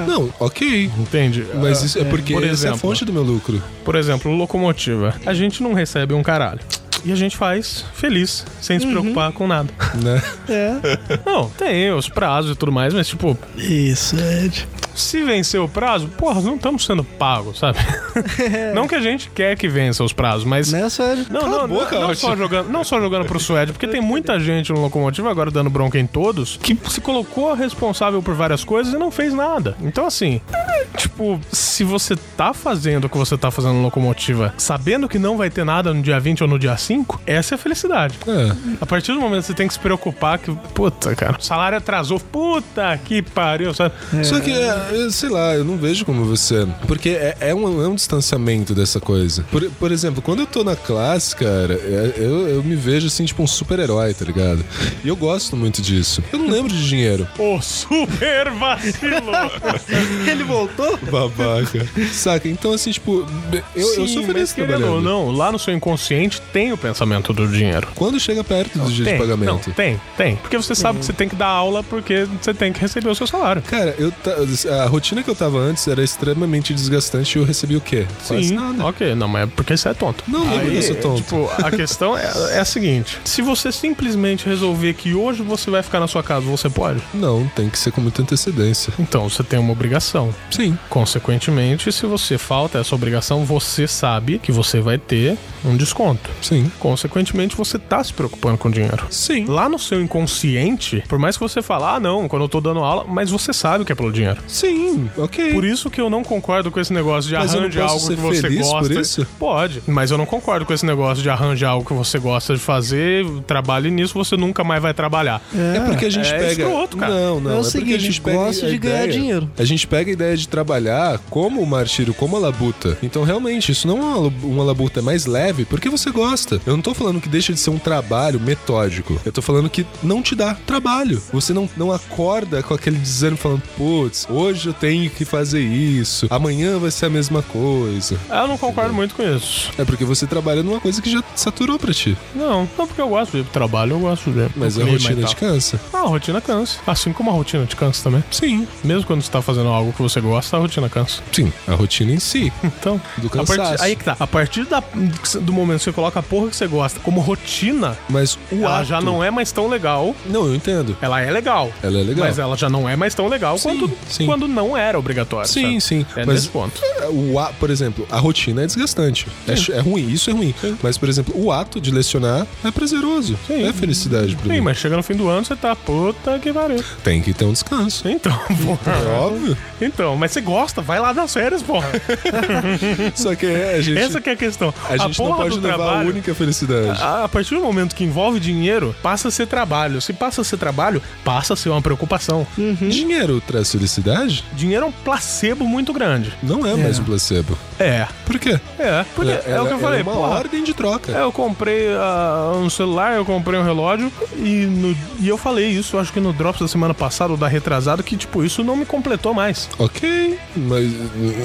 Speaker 3: Não, ok.
Speaker 4: entende?
Speaker 3: Mas isso é porque
Speaker 4: Uhum. Ah, Por
Speaker 3: essa é a
Speaker 4: exemplo.
Speaker 3: fonte do meu lucro.
Speaker 4: Por exemplo, locomotiva. A gente não recebe um caralho. E a gente faz feliz, sem se preocupar com nada.
Speaker 3: Né?
Speaker 5: É.
Speaker 4: Não, tem os prazos e tudo mais, mas tipo,
Speaker 5: Isso, Ed.
Speaker 4: se vencer o prazo, porra, não estamos sendo pagos, sabe? Não que a gente quer que vença os prazos,
Speaker 5: Né?
Speaker 4: mas
Speaker 5: Nessa, Ed.
Speaker 4: Não, não, não, não só jogando, não só jogando pro Suede, porque tem muita gente no Locomotivo agora dando bronca em todos que se colocou responsável por várias coisas e não fez nada. Então, assim, é, tipo, se você tá fazendo o que você tá fazendo no Locomotiva sabendo que não vai ter nada no dia 20 ou no dia 5, essa é a felicidade.
Speaker 3: É.
Speaker 4: A partir do momento que você tem que se preocupar que, puta, cara, o salário atrasou, puta que pariu, sabe?
Speaker 3: Só que, é, eu sei lá, eu não vejo como você. Porque é, é um, é um distanciamento dessa coisa. Por, por exemplo, quando eu tô na classe, cara, é- eu, eu me vejo assim, tipo um super-herói, tá ligado? E eu gosto muito disso. Eu não lembro de dinheiro.
Speaker 4: O super vacilo!
Speaker 5: Ele voltou?
Speaker 3: Babaca. Saca? Então, assim, tipo, eu, eu sou feliz
Speaker 4: mas querendo ou
Speaker 3: trabalhando.
Speaker 4: não, lá no seu inconsciente tem o pensamento do dinheiro.
Speaker 3: Quando chega perto do dia
Speaker 4: Tem,
Speaker 3: de pagamento.
Speaker 4: não, tem, tem. Porque você sabe que você tem que dar aula porque você tem que receber o seu salário.
Speaker 3: Cara, eu ta- a rotina que eu tava antes era extremamente desgastante e eu recebi o quê? Quase nada.
Speaker 4: Ok, não, mas é porque você é tonto.
Speaker 3: Não, não é porque eu sou tonto.
Speaker 4: Tipo, a questão é, é a seguinte: se você simplesmente resolver que hoje você vai ficar na sua casa, você pode?
Speaker 3: Não, tem que ser com muita antecedência.
Speaker 4: Então você tem uma obrigação.
Speaker 3: Sim.
Speaker 4: Consequentemente, se você falta essa obrigação, você sabe que você vai ter um desconto.
Speaker 3: Sim.
Speaker 4: Consequentemente, você tá se preocupando com o dinheiro.
Speaker 3: Sim.
Speaker 4: Lá no seu inconsciente, por mais que você fale, ah, não, quando eu tô dando aula, mas você sabe que é pelo dinheiro.
Speaker 3: Sim, ok.
Speaker 4: Por isso que eu não concordo com esse negócio de
Speaker 3: Mas eu não
Speaker 4: arranje
Speaker 3: posso
Speaker 4: algo
Speaker 3: ser
Speaker 4: que você
Speaker 3: feliz
Speaker 4: gosta.
Speaker 3: por isso?
Speaker 4: Pode, mas eu não concordo com esse negócio de arranjar algo que você gosta de fazer, trabalhe nisso, você nunca mais vai trabalhar.
Speaker 3: É porque a gente
Speaker 4: É
Speaker 3: pega.
Speaker 4: escroto, cara.
Speaker 3: Não, não.
Speaker 5: É o
Speaker 3: porque
Speaker 5: seguinte,
Speaker 3: a gente pega
Speaker 5: gosto
Speaker 3: a
Speaker 5: de ganhar
Speaker 3: ideia-
Speaker 5: dinheiro.
Speaker 3: A gente pega a ideia de trabalhar como o martírio, como a labuta. Então, realmente, isso não é uma labu- uma labuta é mais leve porque você gosta. Eu não tô falando que deixa de ser um trabalho metódico. Eu tô falando que não te dá trabalho. Você não, não acorda com aquele desânimo falando, putz, hoje eu tenho que fazer isso, amanhã vai ser a mesma coisa.
Speaker 4: Eu não concordo muito com isso.
Speaker 3: É porque você trabalha numa coisa que já saturou pra ti.
Speaker 4: Não, não porque eu gosto de trabalho, eu gosto de.
Speaker 3: Mas é
Speaker 4: do
Speaker 3: a
Speaker 4: clima
Speaker 3: rotina
Speaker 4: e
Speaker 3: te
Speaker 4: tal.
Speaker 3: cansa.
Speaker 4: Ah, a rotina cansa. Assim como a rotina te cansa também.
Speaker 3: Sim.
Speaker 4: Mesmo quando você tá fazendo algo que você gosta, a rotina cansa.
Speaker 3: Sim, a rotina em si.
Speaker 4: Então,
Speaker 3: Do
Speaker 4: a
Speaker 3: cansaço.
Speaker 4: partir, aí que tá. A partir da- do momento que você coloca a porra que você gosta como rotina,
Speaker 3: Mas o
Speaker 4: ela
Speaker 3: ato...
Speaker 4: já não é mais tão legal.
Speaker 3: Não, eu entendo.
Speaker 4: Ela é legal.
Speaker 3: Ela é legal.
Speaker 4: Mas ela já não é mais tão legal
Speaker 3: Sim,
Speaker 4: quanto
Speaker 3: sim.
Speaker 4: quando não era obrigatório.
Speaker 3: Sim,
Speaker 4: sabe?
Speaker 3: sim.
Speaker 4: É
Speaker 3: mas
Speaker 4: nesse ponto.
Speaker 3: o a- por exemplo, a rotina é desgastante. É, ch- é ruim, isso é ruim. Mas, por exemplo, o ato de lecionar é prazeroso.
Speaker 4: Sim.
Speaker 3: É felicidade pra
Speaker 4: Sim,
Speaker 3: mim.
Speaker 4: mas chega no fim do ano, você tá puta que pariu.
Speaker 3: Tem que ter um descanso.
Speaker 4: Então,
Speaker 3: É
Speaker 4: porra.
Speaker 3: óbvio.
Speaker 4: Então, mas você gosta, vai lá das férias, porra.
Speaker 3: Só que é, a gente,
Speaker 4: Essa que é a questão.
Speaker 3: a gente não
Speaker 4: porra
Speaker 3: pode
Speaker 4: do
Speaker 3: levar
Speaker 4: trabalho-
Speaker 3: a única felicidade.
Speaker 4: A a partir do momento que envolve dinheiro, passa a ser trabalho. Se passa a ser trabalho, passa a ser uma preocupação.
Speaker 3: Hum. Uhum. Dinheiro traz felicidade?
Speaker 4: Dinheiro é um placebo muito grande.
Speaker 3: Não é, mais um placebo.
Speaker 4: É,
Speaker 3: Por quê?
Speaker 4: é. Porque é,
Speaker 3: Ela-
Speaker 4: o que eu
Speaker 3: ela
Speaker 4: falei,
Speaker 3: É uma
Speaker 4: porra.
Speaker 3: ordem de troca.
Speaker 4: É, Eu comprei ah, um celular, eu comprei um relógio e, no- e eu falei isso, acho que no Drops da semana passada ou da retrasada, que tipo, isso não me completou mais.
Speaker 3: Ok, mas.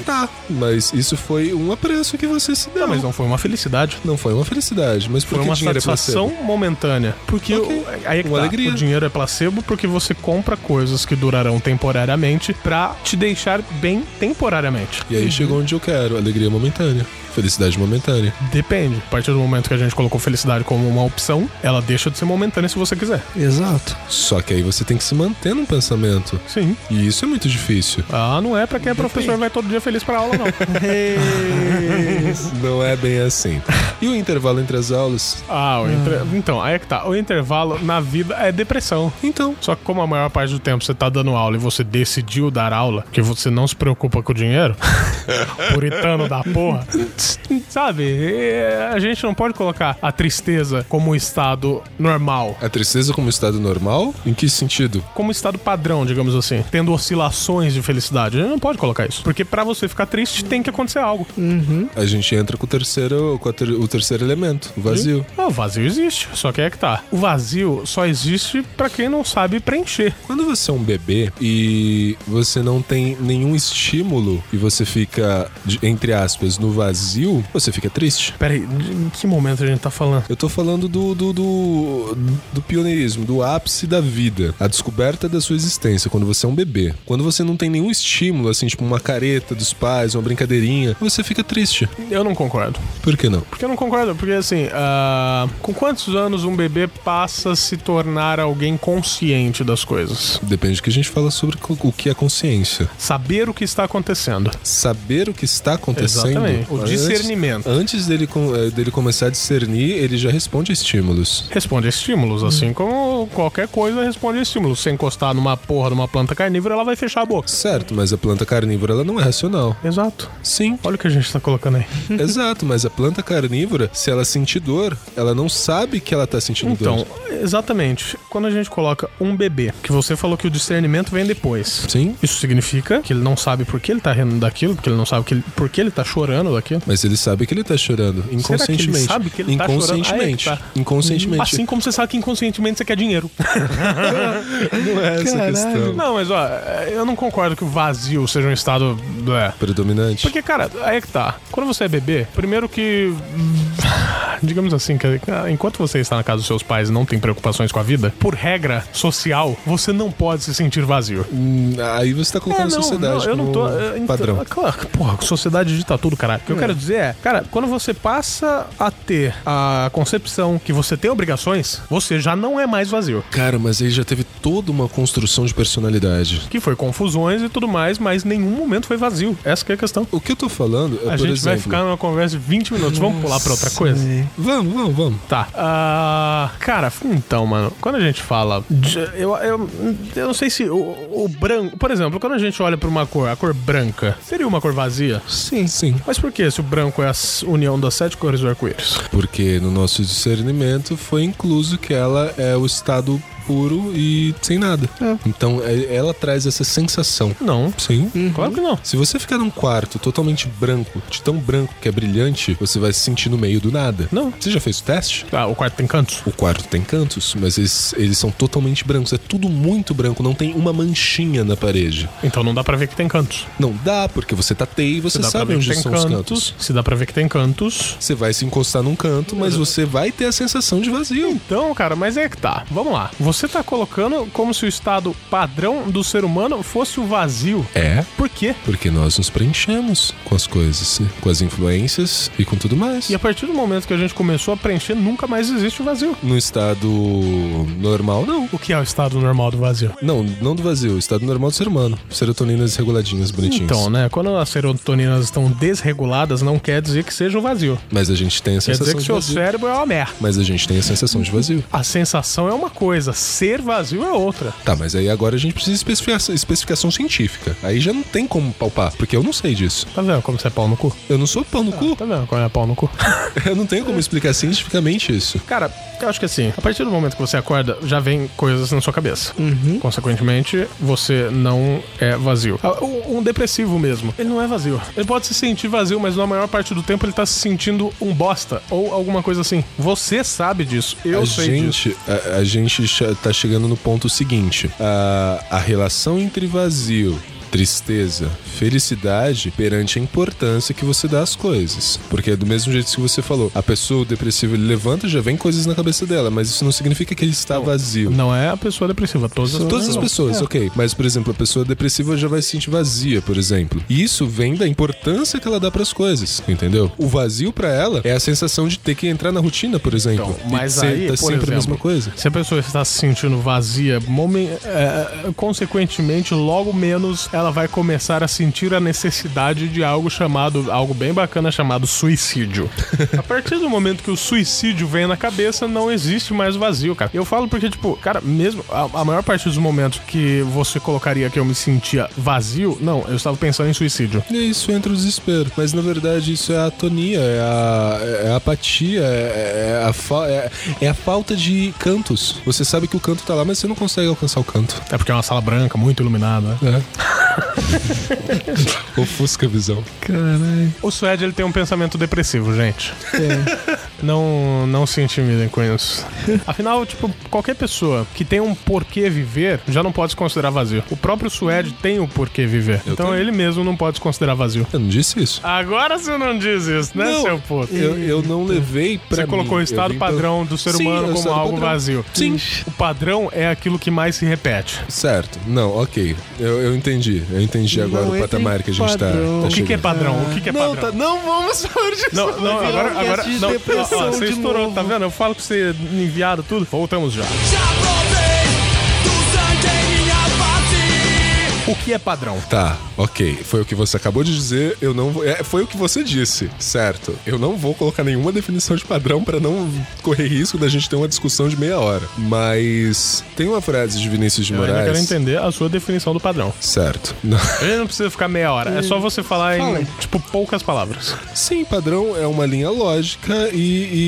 Speaker 3: Tá. Mas isso foi um apreço que você se deu.
Speaker 4: Não, Tá, Ah, mas não foi uma felicidade.
Speaker 3: Não foi uma felicidade, mas por
Speaker 4: Foi
Speaker 3: que
Speaker 4: uma
Speaker 3: dinheiro é
Speaker 4: satisfação
Speaker 3: placebo?
Speaker 4: momentânea. Porque
Speaker 3: Ok.
Speaker 4: o- aí é que
Speaker 3: Uma
Speaker 4: tá.
Speaker 3: alegria.
Speaker 4: o dinheiro é placebo porque você compra coisas que durarão temporariamente pra te deixar bem temporariamente.
Speaker 3: E aí chegou onde eu quero, alegria momentânea, felicidade momentânea.
Speaker 4: Depende. A partir do momento que a gente colocou felicidade como uma opção, ela deixa de ser momentânea se você quiser.
Speaker 5: Exato.
Speaker 3: Só que aí você tem que se manter num pensamento.
Speaker 4: Sim.
Speaker 3: E isso é muito difícil.
Speaker 4: Ah, não é pra quem é professor e vai todo dia feliz pra aula, não.
Speaker 3: Não é bem assim. E o intervalo entre as aulas?
Speaker 4: Ah, o inter- então, aí é que tá. O intervalo na vida é depressão.
Speaker 3: Então,
Speaker 4: Só que como a maior parte do tempo você tá dando aula e você decidiu dar aula, que você não se preocupa com o dinheiro, puritano da porra, sabe? é, A gente não pode colocar a tristeza como um estado normal,
Speaker 3: a tristeza como estado normal? Em que sentido?
Speaker 4: como um estado padrão, digamos assim, tendo oscilações de felicidade. A gente não pode colocar isso, porque pra você ficar triste tem que acontecer algo.
Speaker 3: A gente entra com o terceiro, com a ter- o terceiro elemento, o vazio.
Speaker 4: Ah, o vazio existe, só que é que tá. O vazio só existe pra quem não sabe preencher.
Speaker 3: Quando você é um bebê e você não tem nenhum estímulo e você fica, de- entre aspas, no vazio, você fica triste.
Speaker 4: Peraí, de- em que momento a gente tá falando?
Speaker 3: Eu tô falando do, do, do, do pioneirismo, do ápice da vida, a descoberta da sua existência quando você é um bebê. Quando você não tem nenhum estímulo, assim, tipo uma careta dos pais, uma brincadeirinha, você fica triste.
Speaker 4: Eu não concordo.
Speaker 3: Por que não?
Speaker 4: Porque eu não concordo, porque assim, ah, com quantos anos um bebê passa a se tornar alguém consciente das coisas?
Speaker 3: Depende do que a gente fala sobre co- o que é consciência.
Speaker 4: Saber o que está acontecendo.
Speaker 3: Saber o que está acontecendo.
Speaker 4: Exatamente. O discernimento.
Speaker 3: Antes dele, com- eh, dele começar a discernir, ele já responde a estímulos.
Speaker 4: Responde a estímulos, assim como qualquer coisa responde a estímulos. Se encostar numa porra de uma planta carnívora, ela vai fechar a boca.
Speaker 3: Certo, mas a planta carnívora ela não é racional.
Speaker 4: Exato.
Speaker 3: Sim,
Speaker 4: Olha o que a gente tá colocando aí.
Speaker 3: Exato, mas a planta carnívora, se ela sentir dor, ela não sabe que ela tá sentindo
Speaker 4: Então,
Speaker 3: dor.
Speaker 4: exatamente. Quando a gente coloca um bebê, que você falou que o discernimento vem depois.
Speaker 3: Sim,
Speaker 4: Isso significa que ele não sabe por que ele tá rindo daquilo, porque ele não sabe que ele- por que ele tá chorando daquilo.
Speaker 3: mas ele sabe que ele tá chorando
Speaker 4: Será que ele
Speaker 3: inconscientemente.
Speaker 4: sabe que ele tá
Speaker 3: inconscientemente.
Speaker 4: chorando? Aí é que tá.
Speaker 3: Inconscientemente.
Speaker 4: Assim como você sabe que inconscientemente você quer dinheiro.
Speaker 3: não é essa
Speaker 5: Caralho.
Speaker 3: questão.
Speaker 4: não, mas ó, eu não concordo que o vazio seja um estado. blé.
Speaker 3: Predominante.
Speaker 4: é Porque, cara, aí é que tá. Quando você é bebê, primeiro que. digamos assim, que ah, enquanto você está na casa dos seus pais e não tem preocupações com a vida, por regra social, você não pode se sentir vazio.
Speaker 3: Hum, aí você tá colocando
Speaker 4: É,
Speaker 3: a sociedade
Speaker 4: eu não tô.
Speaker 3: como
Speaker 4: é, então,
Speaker 3: padrão.
Speaker 4: é Claro, porra, sociedade ditadura, caralho. O que eu quero dizer é, cara, quando você passa a ter a concepção que você tem obrigações, você já não é mais vazio.
Speaker 3: Cara, mas aí já teve toda uma construção de personalidade.
Speaker 4: Que foi confusões e tudo mais, mas nenhum momento foi vazio. Essa que é a questão.
Speaker 3: O que eu tô falando é,
Speaker 4: A
Speaker 3: por
Speaker 4: gente vai
Speaker 3: exemplo-
Speaker 4: ficar numa conversa de 20 minutos. Vamos pular pra outra coisa?
Speaker 3: Vamos, vamos, vamos.
Speaker 4: Tá. Ah, cara, então, mano, quando a gente fala. de- Eu, eu, eu não sei se o, o branco. Por exemplo, quando a gente olha pra uma cor, a cor branca, seria uma cor vazia?
Speaker 3: Sim, sim.
Speaker 4: Mas por que se o branco é a s- união das sete cores do arco-íris?
Speaker 3: Porque no nosso discernimento foi incluso que ela é o estado puro e sem nada. Então é- ela traz essa sensação.
Speaker 4: Não.
Speaker 3: Sim.
Speaker 4: Claro que não.
Speaker 3: Se você ficar num quarto totalmente branco, de tão branco que é brilhante, você vai se sentir no meio do nada.
Speaker 4: Não.
Speaker 3: Você já fez o teste?
Speaker 4: Ah, o quarto tem cantos?
Speaker 3: O quarto tem cantos, mas eles, eles são totalmente brancos. É tudo muito branco, não tem uma manchinha na parede.
Speaker 4: Então não dá pra ver que tem cantos.
Speaker 3: Não dá, porque você tateia e você
Speaker 4: Se dá pra
Speaker 3: sabe
Speaker 4: ver que
Speaker 3: onde
Speaker 4: tem
Speaker 3: são os cantos.
Speaker 4: cantos. Se dá pra ver que tem cantos.
Speaker 3: Você vai se encostar num canto, mas você vai ter a sensação de vazio.
Speaker 4: Então, cara, mas é que tá. Vamos lá. Você tá colocando como se o estado padrão do ser humano fosse o vazio.
Speaker 3: É,
Speaker 4: Por quê?
Speaker 3: porque nós nos preenchemos com as coisas, né? com as influências e com tudo mais.
Speaker 4: E a partir do momento que a gente começou a preencher, nunca mais existe o vazio.
Speaker 3: No estado normal, não.
Speaker 4: O que é o estado normal do vazio?
Speaker 3: Não, não do vazio, o estado normal do ser humano. Serotoninas reguladinhas, bonitinhas.
Speaker 4: Então, né? Quando as serotoninas estão desreguladas, não quer dizer que seja o vazio.
Speaker 3: Mas a gente tem a
Speaker 4: Quer
Speaker 3: sensação
Speaker 4: dizer que
Speaker 3: de
Speaker 4: seu
Speaker 3: vazio.
Speaker 4: cérebro é uma merda.
Speaker 3: Mas a gente tem a sensação de vazio.
Speaker 4: A sensação é uma coisa, ser vazio é outra.
Speaker 3: Tá, mas aí agora a gente precisa de especificação, especificação científica. Aí já não tem como palpar, porque eu não sei disso.
Speaker 4: Tá vendo como você é pau no cu?
Speaker 3: Eu não sou pão no cu.
Speaker 4: Tá vendo como é pau no cu?
Speaker 3: Eu não tenho
Speaker 4: É.
Speaker 3: como explicar cientificamente isso.
Speaker 4: Cara, eu acho que assim, a partir do momento que você acorda, já vem coisas na sua cabeça. Uhum. Consequentemente, você não é vazio. Ah, o- Um depressivo mesmo, ele não é vazio. Ele pode se sentir vazio, mas na maior parte do tempo ele tá se sentindo um bosta ou alguma coisa assim. Você sabe disso, eu
Speaker 3: a
Speaker 4: sei disso.
Speaker 3: gente, a, a gente che- tá chegando no ponto seguinte: a, a relação entre vazio. Tristeza, felicidade perante a importância que você dá às coisas. Porque é do mesmo jeito que você falou, a pessoa depressiva ele levanta já vem coisas na cabeça dela, mas isso não significa que ele está vazio.
Speaker 4: Não é a pessoa depressiva, todas as
Speaker 3: Todas as pessoas, ok. Mas, por exemplo, a pessoa depressiva já vai se sentir vazia, por exemplo. E isso vem da importância que ela dá pras coisas, entendeu? O vazio pra ela é a sensação de ter que entrar na rotina, por exemplo.
Speaker 4: Então, mas
Speaker 3: e ser-
Speaker 4: aí,
Speaker 3: tá
Speaker 4: por
Speaker 3: sempre
Speaker 4: exemplo,
Speaker 3: a mesma coisa.
Speaker 4: se a pessoa está se sentindo vazia, momen- é, consequentemente, logo menos ela vai começar a sentir a necessidade de algo chamado, algo bem bacana chamado suicídio. a partir do momento que o suicídio vem na cabeça, não existe mais vazio, cara. Eu falo porque, tipo, cara, mesmo a, a maior parte dos momentos que você colocaria que eu me sentia vazio, não, eu estava pensando em suicídio.
Speaker 3: E é isso entra o desespero. Mas na verdade isso é a atonia, é a, é a apatia, é, é a fa- é- é a falta de cantos. Você sabe que o canto tá lá, mas você não consegue alcançar o canto.
Speaker 4: É porque é uma sala branca, muito iluminada. né?
Speaker 3: Né? Ofusca a visão.
Speaker 4: O Suede ele tem um pensamento depressivo, gente. Não, não se intimidem com isso. Afinal, tipo, qualquer pessoa que tem um porquê viver já não pode se considerar vazio. O próprio Suede tem o porquê viver. então
Speaker 3: tenho.
Speaker 4: ele mesmo não pode se considerar vazio.
Speaker 3: Eu não disse isso.
Speaker 4: Agora você não diz isso, né,
Speaker 3: Não.
Speaker 4: seu puto?
Speaker 3: Eu, eu não levei pra
Speaker 4: Você
Speaker 3: mim.
Speaker 4: colocou o
Speaker 3: Eu
Speaker 4: estado
Speaker 3: vim pelo-
Speaker 4: padrão do ser
Speaker 3: Sim, é
Speaker 4: humano
Speaker 3: o
Speaker 4: como
Speaker 3: estado
Speaker 4: algo
Speaker 3: padrão.
Speaker 4: vazio.
Speaker 3: Sim.
Speaker 4: O padrão é aquilo que mais se repete.
Speaker 3: Certo. Não, ok. Eu, eu entendi. Eu entendi agora
Speaker 5: Não
Speaker 3: o
Speaker 5: entra
Speaker 3: patamar
Speaker 5: em
Speaker 3: que a gente tá.
Speaker 5: padrão.
Speaker 3: tá
Speaker 4: O que, que é
Speaker 3: chegando.
Speaker 4: padrão? O que, que é
Speaker 3: Não,
Speaker 4: padrão?
Speaker 3: tá- não vamos falar disso.
Speaker 4: Não, não, agora,
Speaker 5: virar um
Speaker 4: agora,
Speaker 5: cast de
Speaker 4: não,
Speaker 5: depressão
Speaker 4: ó, ó, você
Speaker 5: de
Speaker 4: estourou,
Speaker 5: novo.
Speaker 4: tá vendo? Eu falo que você enviado tudo. Voltamos já.
Speaker 7: Já provei do sangue em minha face.
Speaker 4: O que é padrão?
Speaker 3: Tá, ok. Foi o que você acabou de dizer. Eu não vou. é, foi o que você disse, certo? Eu não vou colocar nenhuma definição de padrão pra não correr risco da gente ter uma discussão de meia hora. Mas tem uma frase de Vinícius de
Speaker 4: Eu ainda quero
Speaker 3: Moraes.
Speaker 4: entender a sua definição do padrão.
Speaker 3: Certo. Não.
Speaker 4: Ele não precisa ficar meia hora, é só você falar em,
Speaker 5: Hum, Fala.
Speaker 4: tipo, poucas palavras.
Speaker 3: Sim, padrão é uma linha lógica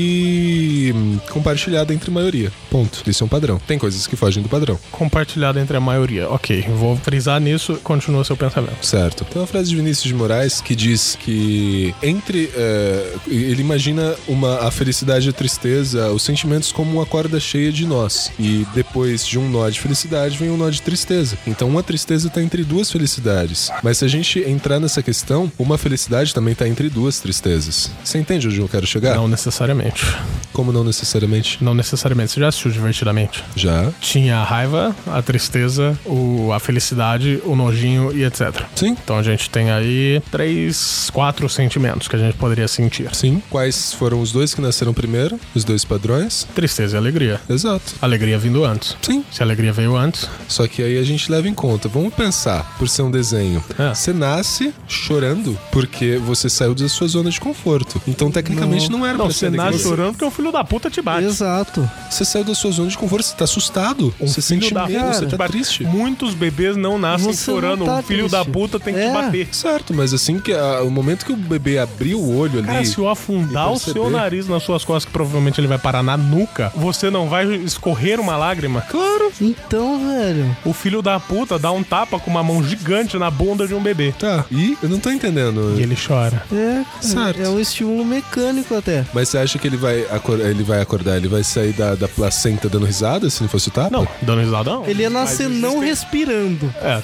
Speaker 3: e, e compartilhada entre maioria. Ponto. Isso é um padrão. Tem coisas que fogem do padrão.
Speaker 4: Compartilhado entre a maioria. Ok, vou frisar nisso, continua seu pensamento.
Speaker 3: Certo. Tem uma frase de Vinícius de Moraes que diz que entre. eh, ele imagina uma, a felicidade e a tristeza, os sentimentos como uma corda cheia de nós. E depois de um nó de felicidade vem um nó de tristeza. Então uma tristeza tá entre duas felicidades. Mas se a gente entrar nessa questão, uma felicidade também tá entre duas tristezas. Você entende onde eu quero chegar?
Speaker 4: Não necessariamente.
Speaker 3: Como não necessariamente?
Speaker 4: Não necessariamente. Você já assistiu divertidamente?
Speaker 3: Já.
Speaker 4: Tinha a raiva, a tristeza, o, a felicidade, o nojinho e etc.
Speaker 3: Sim.
Speaker 4: Então a gente tem aí três, quatro sentimentos que a gente poderia sentir:
Speaker 3: Sim. Quais foram os dois que nasceram primeiro? Os dois padrões?
Speaker 4: tristeza e alegria.
Speaker 3: Exato.
Speaker 4: Alegria vindo antes.
Speaker 3: Sim.
Speaker 4: Se a alegria veio antes,
Speaker 3: Só que aí a gente leva em conta. Vamos pensar, por ser um desenho.
Speaker 4: É.
Speaker 3: Você nasce chorando porque você saiu da sua zona de conforto. Então, tecnicamente, não, era
Speaker 4: não,
Speaker 3: pra
Speaker 4: você
Speaker 3: ser daquele
Speaker 4: nasce
Speaker 3: jeito.
Speaker 4: chorando porque o filho da puta te bate.
Speaker 5: Exato.
Speaker 3: Você saiu da sua zona de conforto, você tá assustado. você sente
Speaker 4: Um da
Speaker 3: medo,
Speaker 4: puta
Speaker 3: você
Speaker 4: te
Speaker 3: tá
Speaker 4: bate.
Speaker 3: triste.
Speaker 4: Muitos bebês não nascem
Speaker 5: Você não
Speaker 4: chorando.
Speaker 5: tá
Speaker 4: o filho da
Speaker 5: triste.
Speaker 4: puta tem que
Speaker 5: É.
Speaker 4: te bater.
Speaker 3: Certo, mas assim que ah, o momento que o bebê abriu o olho ali.
Speaker 4: Cara, se eu afundar
Speaker 3: e
Speaker 4: o seu
Speaker 3: perceber.
Speaker 4: nariz nas suas costas, que provavelmente ele vai parar na nuca, você não vai escorrer uma lágrima? Claro.
Speaker 5: Então, velho.
Speaker 4: O filho da puta dá um tapa com uma mão gigante na bunda de um bebê.
Speaker 3: Tá, e eu não tô entendendo.
Speaker 4: E ele chora.
Speaker 5: É, cara,
Speaker 3: Certo.
Speaker 5: é um estímulo mecânico até.
Speaker 3: Mas você acha que ele vai, acor- ele vai acordar? Ele vai sair da, da placenta dando risada se não fosse o tapa?
Speaker 4: Não, dando risada não.
Speaker 5: Ele ia nascer não respirando.
Speaker 4: É.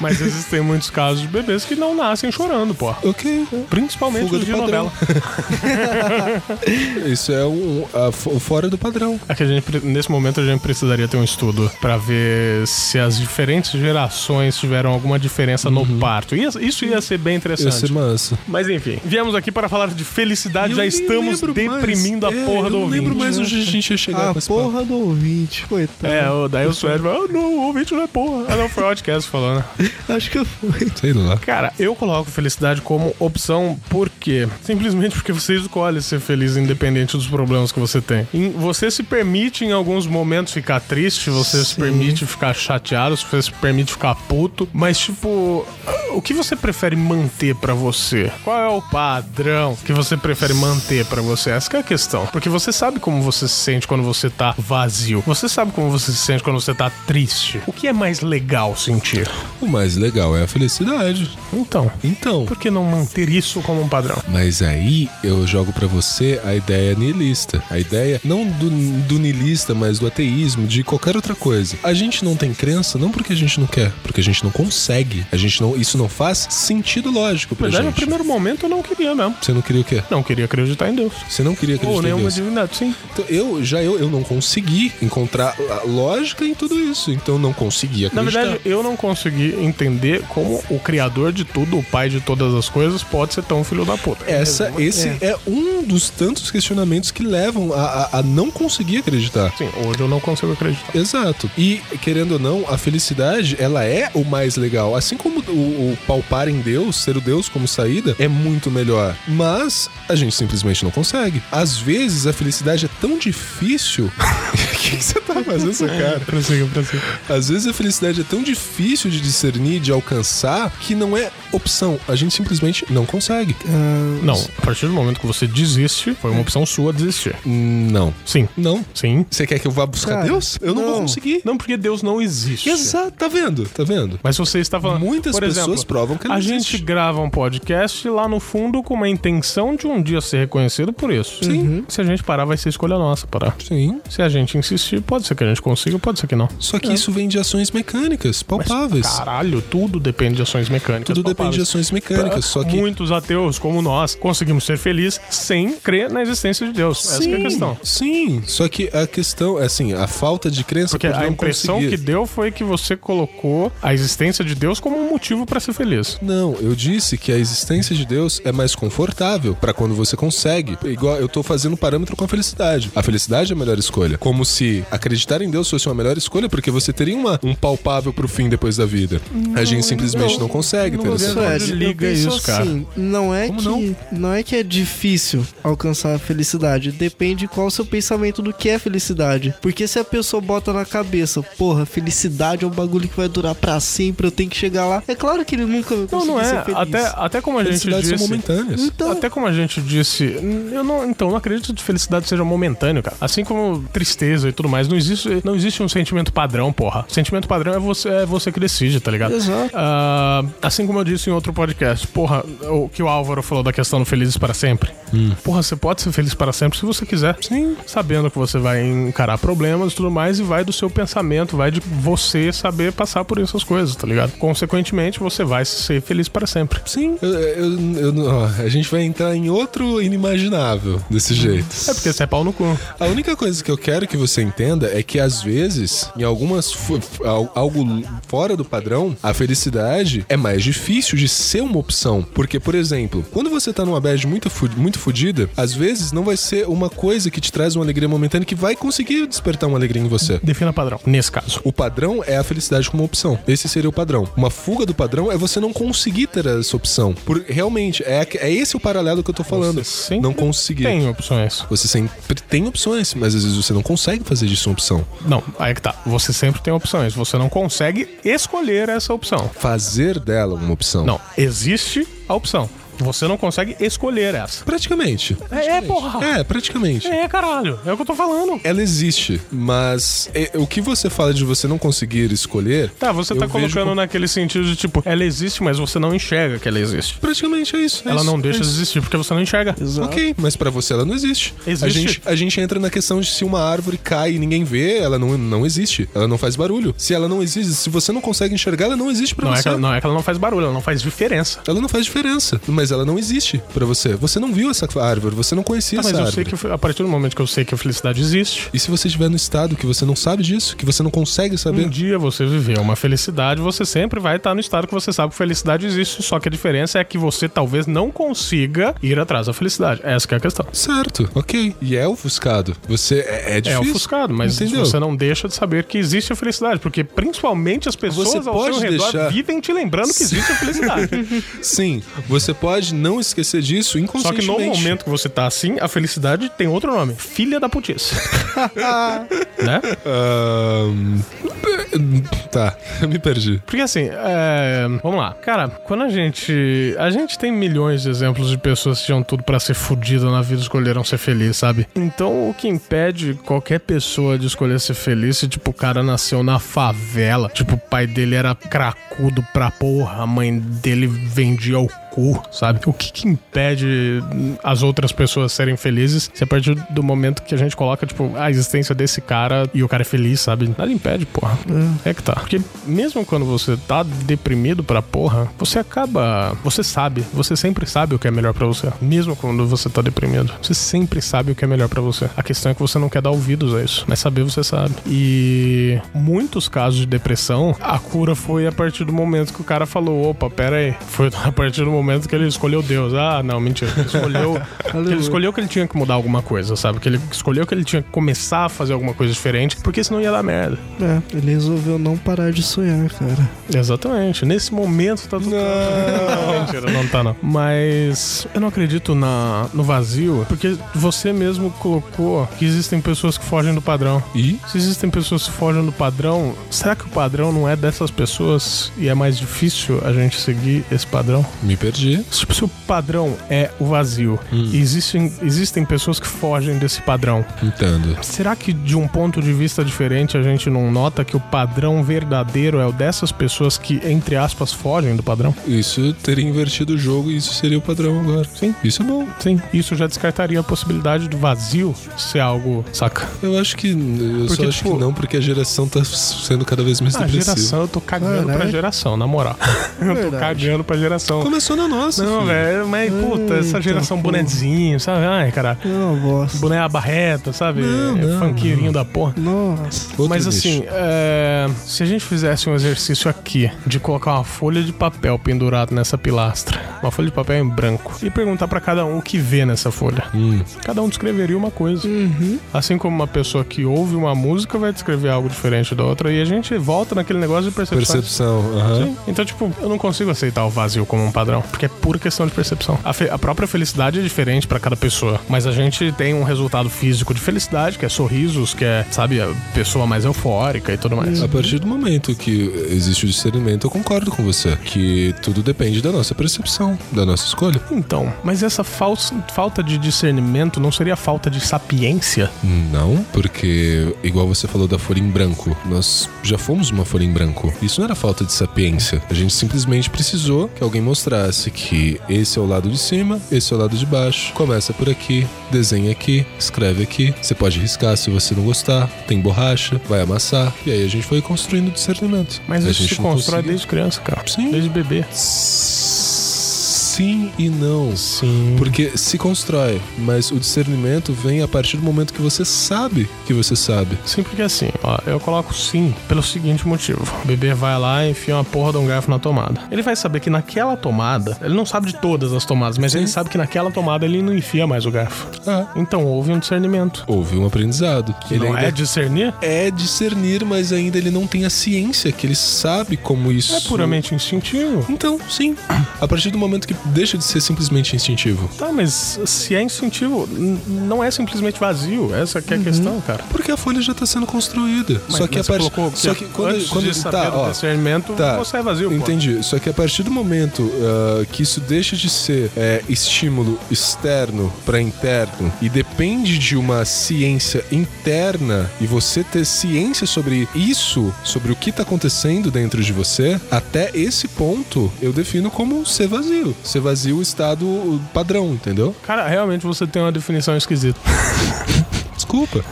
Speaker 4: Mas existem muitos casos de bebês que não nascem chorando, pô.
Speaker 3: Ok.
Speaker 4: Principalmente
Speaker 3: Fuga
Speaker 4: os
Speaker 3: do
Speaker 4: de
Speaker 3: padrão.
Speaker 4: novela.
Speaker 3: Isso é um, a fo- fora do padrão.
Speaker 4: É que a gente, pre- nesse momento a gente precisaria ter um estudo pra ver se as diferentes gerações tiveram alguma diferença no parto. Ia- Isso ia ser bem
Speaker 3: Uhum. Ia
Speaker 4: interessante.
Speaker 3: ser é massa.
Speaker 4: Mas enfim, viemos aqui para falar de felicidade.
Speaker 3: Eu
Speaker 4: Já
Speaker 3: nem
Speaker 4: estamos
Speaker 3: lembro mais.
Speaker 4: deprimindo
Speaker 3: É,
Speaker 4: a porra
Speaker 3: eu
Speaker 4: do
Speaker 3: não
Speaker 4: ouvinte. Ah,
Speaker 3: lembro mais onde a gente ia chegar
Speaker 5: A
Speaker 3: com esse papo.
Speaker 5: porra do ouvinte, coitado.
Speaker 4: É, o- daí o Suede vai, ah, não, o ouvinte não é porra. Ah, não, foi o podcast falando.
Speaker 5: Acho que foi.
Speaker 3: Sei lá.
Speaker 4: Cara, eu coloco felicidade como opção por quê? Simplesmente porque você escolhe ser feliz independente dos problemas que você tem. Em- você se permite em alguns momentos ficar triste, você se permite ficar chateado, você se permite ficar puto, mas tipo, o que você prefere manter pra você? Qual é o padrão que você prefere manter pra você? Essa que é a questão. Porque você sabe como você se sente quando você tá vazio. Você sabe como você se sente quando você tá triste. O que é mais legal sentir?
Speaker 3: O mais legal é a felicidade.
Speaker 4: Então,
Speaker 3: Então.
Speaker 4: por que não manter isso como um padrão?
Speaker 3: Mas aí eu jogo pra você a ideia nihilista. A ideia não do, do nihilista, mas do ateísmo, de qualquer outra coisa. A gente não tem crença não porque a gente não quer, porque a gente não consegue. A gente não. Isso não faz sentido lógico
Speaker 4: Na
Speaker 3: pra
Speaker 4: verdade, é, no
Speaker 3: gente.
Speaker 4: primeiro momento eu não queria mesmo.
Speaker 3: Você não queria o quê?
Speaker 4: Não queria acreditar em Deus.
Speaker 3: Você não queria acreditar
Speaker 4: Ou
Speaker 3: em
Speaker 4: nenhuma
Speaker 3: Deus.
Speaker 4: divindade, sim.
Speaker 3: Então, eu já eu, eu não consegui encontrar a lógica em tudo isso. Então não consegui
Speaker 4: Na
Speaker 3: acreditar.
Speaker 4: verdade, eu não consegui entender como o criador de tudo, o pai de todas as coisas, pode ser tão filho da puta.
Speaker 3: Essa, esse é. um dos tantos questionamentos que levam a, a- a não conseguir acreditar.
Speaker 4: Sim, hoje eu não consigo acreditar.
Speaker 3: Exato. E, querendo ou não, a felicidade, ela é o mais legal. Assim como o, o palpar em Deus, ser o Deus como saída, é muito melhor. Mas a gente simplesmente não consegue. Às vezes, a felicidade é tão difícil... O que, que você tá fazendo, essa cara?
Speaker 4: Prossiga, prossiga.
Speaker 3: Às vezes a felicidade é tão difícil de discernir, de alcançar, que não é opção. A gente simplesmente não consegue.
Speaker 4: Não, a partir do momento que você desiste, foi uma opção sua desistir.
Speaker 3: Não.
Speaker 4: Sim.
Speaker 3: Não.
Speaker 4: Sim.
Speaker 3: Você quer que eu vá buscar
Speaker 5: Cara,
Speaker 3: Deus? Eu não, vou
Speaker 5: não.
Speaker 3: conseguir.
Speaker 4: Não, porque Deus não existe.
Speaker 3: Exato, tá vendo? Tá vendo?
Speaker 4: Mas você está falando.
Speaker 3: Muitas
Speaker 4: por
Speaker 3: pessoas
Speaker 4: exemplo,
Speaker 3: provam que ele
Speaker 4: A
Speaker 3: não
Speaker 4: gente
Speaker 3: existe.
Speaker 4: grava um podcast lá no fundo com uma intenção de um dia ser reconhecido por isso. Uhum.
Speaker 3: Sim.
Speaker 4: Se a gente parar, vai ser escolha nossa parar.
Speaker 3: Sim.
Speaker 4: Se a gente insistir, pode ser que a gente consiga, pode ser que não.
Speaker 3: Só que isso vem de ações mecânicas, palpáveis.
Speaker 4: Caralho, tudo depende de ações mecânicas.
Speaker 3: Tudo depende de
Speaker 4: é palpáveis.
Speaker 3: ações mecânicas, só que.
Speaker 4: Muitos ateus, como nós, conseguimos ser felizes sem crer na existência de Deus. Essa que é a questão.
Speaker 3: Sim, só que a questão, é assim, a falta de crença
Speaker 4: Porque
Speaker 3: por
Speaker 4: a
Speaker 3: não
Speaker 4: impressão
Speaker 3: conseguir.
Speaker 4: que deu foi que você colocou a existência de Deus como um motivo pra ser feliz.
Speaker 3: Não, eu disse que a existência de Deus é mais confortável pra quando você consegue. Igual eu tô fazendo um parâmetro com a felicidade. A felicidade é a melhor escolha. Como se acreditar em Deus fosse uma melhor escolha, porque você teria uma, um palpável pro fim depois da vida. a gente simplesmente não, consegue tá ter essa.
Speaker 4: Não
Speaker 5: Suede,
Speaker 4: liga
Speaker 5: eu penso
Speaker 4: isso, cara.
Speaker 5: assim, não é
Speaker 3: Como
Speaker 5: que
Speaker 3: não?
Speaker 5: não? é que é difícil alcançar a felicidade, depende qual o seu pensamento do que é felicidade. Porque se a pessoa bota na cabeça, porra, felicidade é um bagulho que vai durar pra sempre, eu tenho que chegar lá, É claro que ele nunca
Speaker 4: Não,
Speaker 5: conseguiu
Speaker 4: não é.
Speaker 5: ser feliz.
Speaker 4: Até, até como a gente
Speaker 3: Felicidades
Speaker 4: disse.
Speaker 3: são momentâneas.
Speaker 5: Então-
Speaker 4: Até como a gente disse, n- eu não, então, eu não acredito que felicidade seja momentâneo, cara. Assim como tristeza e tudo mais, não existe, não existe um sentimento padrão, porra. Sentimento padrão é você, é você que decide, tá ligado?
Speaker 5: Exato.
Speaker 4: Ah, assim como eu disse em outro podcast, porra, o que o Álvaro falou da questão do felizes para sempre. Porra, você pode ser feliz para sempre se você quiser. Sim. Sabendo que você vai encarar problemas e tudo mais, e vai do seu pensamento, vai de você saber passar por essas coisas, tá ligado? Consequentemente, você vai ser feliz para sempre. Sim.
Speaker 3: Eu- eu- eu não- ó, a gente vai entrar em outro inimaginável desse jeito.
Speaker 4: É porque você é pau no cu.
Speaker 3: A única coisa que eu quero que você entenda é que às vezes, em algumas fo- f- al- algo fora do padrão, a felicidade é mais difícil de ser uma opção, porque por exemplo, quando você tá numa bad muito fu- muito fodida, às vezes não vai ser uma coisa que te traz uma alegria momentânea que vai conseguir despertar uma alegria em você.
Speaker 4: Defina padrão, nesse caso.
Speaker 3: O padrão é a felicidade como opção. Esse seria o padrão. Uma fuga do padrão é você não conseguir ter essa opção. Por, realmente, é, aque- é esse o paralelo que eu tô falando.
Speaker 4: Você sempre
Speaker 3: não conseguir.
Speaker 4: Tem é opções.
Speaker 3: Você sempre tem opções, mas às vezes você não consegue fazer disso uma opção.
Speaker 4: Não, aí que tá. Você sempre tem opções. Você não consegue escolher essa opção.
Speaker 3: Fazer dela uma opção.
Speaker 4: Não, existe a opção. Você não consegue escolher essa.
Speaker 3: Praticamente.
Speaker 4: É, é, porra.
Speaker 3: É, praticamente.
Speaker 4: É, caralho. É o que eu tô falando.
Speaker 3: Ela existe, mas é- o que você fala de você não conseguir escolher.
Speaker 4: Tá, você
Speaker 3: eu
Speaker 4: tá
Speaker 3: vejo
Speaker 4: colocando
Speaker 3: como-
Speaker 4: naquele sentido de tipo, ela existe, mas você não enxerga que ela existe.
Speaker 3: Praticamente é isso. é
Speaker 4: Ela
Speaker 3: isso,
Speaker 4: não
Speaker 3: é
Speaker 4: deixa de
Speaker 3: isso.
Speaker 4: existir porque você não enxerga. Exato.
Speaker 3: Ok, mas pra você ela não existe.
Speaker 4: Existe.
Speaker 3: A gente, a gente entra na questão de se uma árvore cai e ninguém vê, ela não, não existe. Ela não faz barulho. Se ela não existe, se você não consegue enxergar, ela não existe pra
Speaker 4: Não é,
Speaker 3: você.
Speaker 4: que ela, não é que ela não faz barulho, ela não faz diferença.
Speaker 3: Ela não faz diferença, mas ela não existe pra você. Você não viu essa árvore, você não conhecia essa
Speaker 4: Tá, mas eu sei
Speaker 3: árvore.
Speaker 4: que a partir do momento que eu sei que a felicidade existe,
Speaker 3: E se você estiver no estado que você não sabe disso, que você não consegue saber,
Speaker 4: Um dia você viver uma felicidade, você sempre vai estar no estado que você sabe que felicidade existe, só que a diferença é que você talvez não consiga ir atrás da felicidade. Essa que é a questão.
Speaker 3: certo, ok. E é ofuscado. Você é, é
Speaker 4: É
Speaker 3: difícil.
Speaker 4: ofuscado, mas
Speaker 3: Entendeu?
Speaker 4: você não deixa de saber que existe a felicidade, porque principalmente as pessoas
Speaker 3: Você
Speaker 4: ao
Speaker 3: pode
Speaker 4: seu redor
Speaker 3: deixar- Uhum.
Speaker 4: vivem te lembrando que existe a felicidade.
Speaker 3: Sim, você pode não esquecer disso
Speaker 4: Só que
Speaker 3: inconscientemente.
Speaker 4: no momento que você tá assim, a felicidade tem outro nome: filha da putice. né?
Speaker 3: Ahn, Ah, Tá, eu me perdi.
Speaker 4: Porque assim, é, vamos lá. Cara, quando a gente. A gente tem milhões de exemplos de pessoas que tinham tudo pra ser fodida na vida e escolheram ser feliz, sabe? Então o que impede qualquer pessoa de escolher ser feliz se, tipo, o cara nasceu na favela, tipo, o pai dele era cracudo pra porra, a mãe dele vendia o cu, sabe? O que que impede as outras pessoas serem felizes se a partir do momento que a gente coloca, tipo, a existência desse cara e o cara é feliz, sabe? Nada impede, porra. É que tá. Porque mesmo quando você tá deprimido pra porra, você acaba. Você sabe. Você sempre sabe o que é melhor pra você. Mesmo quando você tá deprimido. Você sempre sabe o que é melhor pra você. A questão é que você não quer dar ouvidos a isso. Mas saber você sabe. E muitos casos de depressão, a cura foi a partir do momento que o cara falou: opa, pera aí. Foi a partir do momento que ele escolheu Deus. Ah, não, mentira. Ele escolheu. que ele escolheu que ele tinha que mudar alguma coisa, sabe? Que ele escolheu que ele tinha que começar a fazer alguma coisa diferente, porque senão ia dar merda.
Speaker 5: É, ele resolveu não parar de sonhar, cara.
Speaker 4: Exatamente. Nesse momento tá tudo. Não, Mentira, não tá não. Mas eu não acredito na, no vazio, porque você mesmo colocou que existem pessoas que fogem do padrão.
Speaker 3: E
Speaker 4: Se existem pessoas que fogem do padrão, será que o padrão não é dessas pessoas e é mais difícil a gente seguir esse padrão?
Speaker 3: me perdi.
Speaker 4: Se o seu padrão é o vazio e existem, existem pessoas que fogem desse padrão,
Speaker 3: Entendo.
Speaker 4: Será que de um ponto de vista diferente a gente não nota que o padrão verdadeiro é o dessas pessoas que, entre aspas, fogem do padrão?
Speaker 3: Isso teria invertido o jogo e isso seria o padrão agora. Sim. Isso é bom.
Speaker 4: Sim. Isso já descartaria a possibilidade do vazio ser algo. Saca?
Speaker 3: Eu acho que. Eu
Speaker 4: Porque,
Speaker 3: só acho
Speaker 4: tipo,
Speaker 3: que não, porque a geração tá sendo cada vez mais
Speaker 4: A
Speaker 3: depressiva.
Speaker 4: Ah, geração, eu tô cagando pra
Speaker 5: Caralho.
Speaker 4: geração, na moral. É, né? assim? Eu tô cagando pra geração.
Speaker 3: Começou na nossa.
Speaker 4: Não, é,
Speaker 3: filho.
Speaker 4: velho, mas puta, essa
Speaker 5: Eita,
Speaker 4: geração
Speaker 5: porra.
Speaker 4: bonezinho, sabe? Ai, cara.
Speaker 5: É uma bosta.
Speaker 4: Boné barreta, sabe? É
Speaker 3: Não, não,
Speaker 4: Funkeirinho da porra.
Speaker 5: Nossa.
Speaker 3: Outro
Speaker 4: Mas
Speaker 3: nicho.
Speaker 4: assim, é, se a gente fizesse um exercício aqui de colocar uma folha de papel pendurado nessa pilastra, uma folha de papel em branco, e perguntar pra cada um o que vê nessa folha,
Speaker 3: Hum.
Speaker 4: cada um descreveria uma coisa. Assim como uma pessoa que ouve uma música vai descrever algo diferente da outra, e a gente volta naquele negócio de percepção.
Speaker 3: Percepção. aham.
Speaker 4: Sim. Então, tipo, eu não consigo aceitar o vazio como um padrão, porque é pura questão de percepção. A, fe- a própria felicidade é diferente pra cada pessoa, mas a gente tem um resultado físico de felicidade, que é sorrisos, que é, sabe, a pessoa mais eufórica e tudo mais.
Speaker 3: A partir do momento que existe o discernimento, eu concordo com você. Que tudo depende da nossa percepção, da nossa escolha.
Speaker 4: Então, mas essa falsa, falta de discernimento não seria falta de sapiência?
Speaker 3: Não, porque, igual você falou da folha em branco, nós já fomos uma folha em branco. Isso não era falta de sapiência. A gente simplesmente precisou que alguém mostrasse que esse é o lado de cima, esse é o lado de baixo. Começa por aqui, desenha aqui, escreve aqui. Você pode riscar se você não gostar. Tem borracha, vai amassar. E aí a gente foi construindo o discernimento.
Speaker 4: Mas
Speaker 3: a
Speaker 4: isso
Speaker 3: gente
Speaker 4: se
Speaker 3: não
Speaker 4: constrói
Speaker 3: conseguiu-
Speaker 4: desde criança, cara.
Speaker 3: Sim.
Speaker 4: Desde bebê.
Speaker 3: Sim e não.
Speaker 4: Sim.
Speaker 3: Porque se constrói, mas o discernimento vem a partir do momento que você sabe que você sabe.
Speaker 4: Sim, porque assim, ó, eu coloco sim pelo seguinte motivo. O bebê vai lá e enfia uma porra de um garfo na tomada. Ele vai saber que naquela tomada, ele não sabe de todas as tomadas, mas ele sabe que naquela tomada ele não enfia mais o garfo.
Speaker 3: Ah,
Speaker 4: Então houve um discernimento.
Speaker 3: houve um aprendizado. Ele
Speaker 4: não
Speaker 3: ainda
Speaker 4: é discernir?
Speaker 3: é discernir, mas ainda ele não tem a ciência que ele sabe como isso.
Speaker 4: É puramente instintivo.
Speaker 3: Então, sim. A partir do momento que deixa de ser simplesmente instintivo.
Speaker 4: Tá, mas se é instintivo, n- não é simplesmente vazio. Essa que é a questão, cara.
Speaker 3: Porque a folha já tá sendo construída.
Speaker 4: Mas-
Speaker 3: Uhum. só que
Speaker 4: mas
Speaker 3: a partir.
Speaker 4: você colocou
Speaker 3: Só que quando.
Speaker 4: antes
Speaker 3: quando
Speaker 4: de saber
Speaker 3: tá,
Speaker 4: do
Speaker 3: ó,
Speaker 4: discernimento,
Speaker 3: Tá.
Speaker 4: você é vazio. pô.
Speaker 3: Entendi. Só que a partir do momento ah, que isso deixa de ser é, estímulo externo para interno e depende de uma ciência interna e você ter ciência sobre isso, sobre o que tá acontecendo dentro de você, até esse ponto eu defino como ser vazio. Ser vazio o estado padrão, entendeu?
Speaker 4: Cara, realmente você tem uma definição esquisita.
Speaker 3: Desculpa.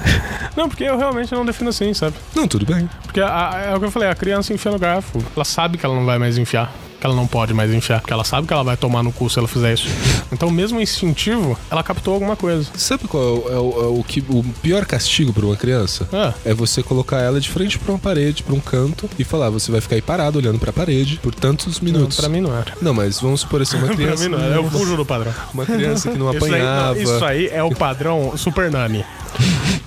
Speaker 4: Não, porque eu realmente não defino assim, sabe?
Speaker 3: Não, tudo bem.
Speaker 4: Porque a- a- é o que eu falei, a criança enfia no garfo. Ela sabe que ela não vai mais enfiar. Que ela não pode mais enfiar. Que ela sabe que ela vai tomar no cu se ela fizer isso. Então, mesmo instintivo, ela captou alguma coisa.
Speaker 3: Sabe qual é o, é o- é o que, o pior castigo pra uma criança?
Speaker 4: Ah.
Speaker 3: É você colocar ela de frente pra uma parede, pra um canto, e falar, você vai ficar aí parado olhando pra parede por tantos
Speaker 4: Não,
Speaker 3: minutos.
Speaker 4: pra mim não era.
Speaker 3: Não, mas vamos supor assim, uma
Speaker 4: Pra
Speaker 3: criança.
Speaker 4: mim não era. Eu fujo do padrão.
Speaker 3: Uma criança que não
Speaker 4: Isso aí, não,
Speaker 3: apanhava.
Speaker 4: isso aí é o padrão Super Nani.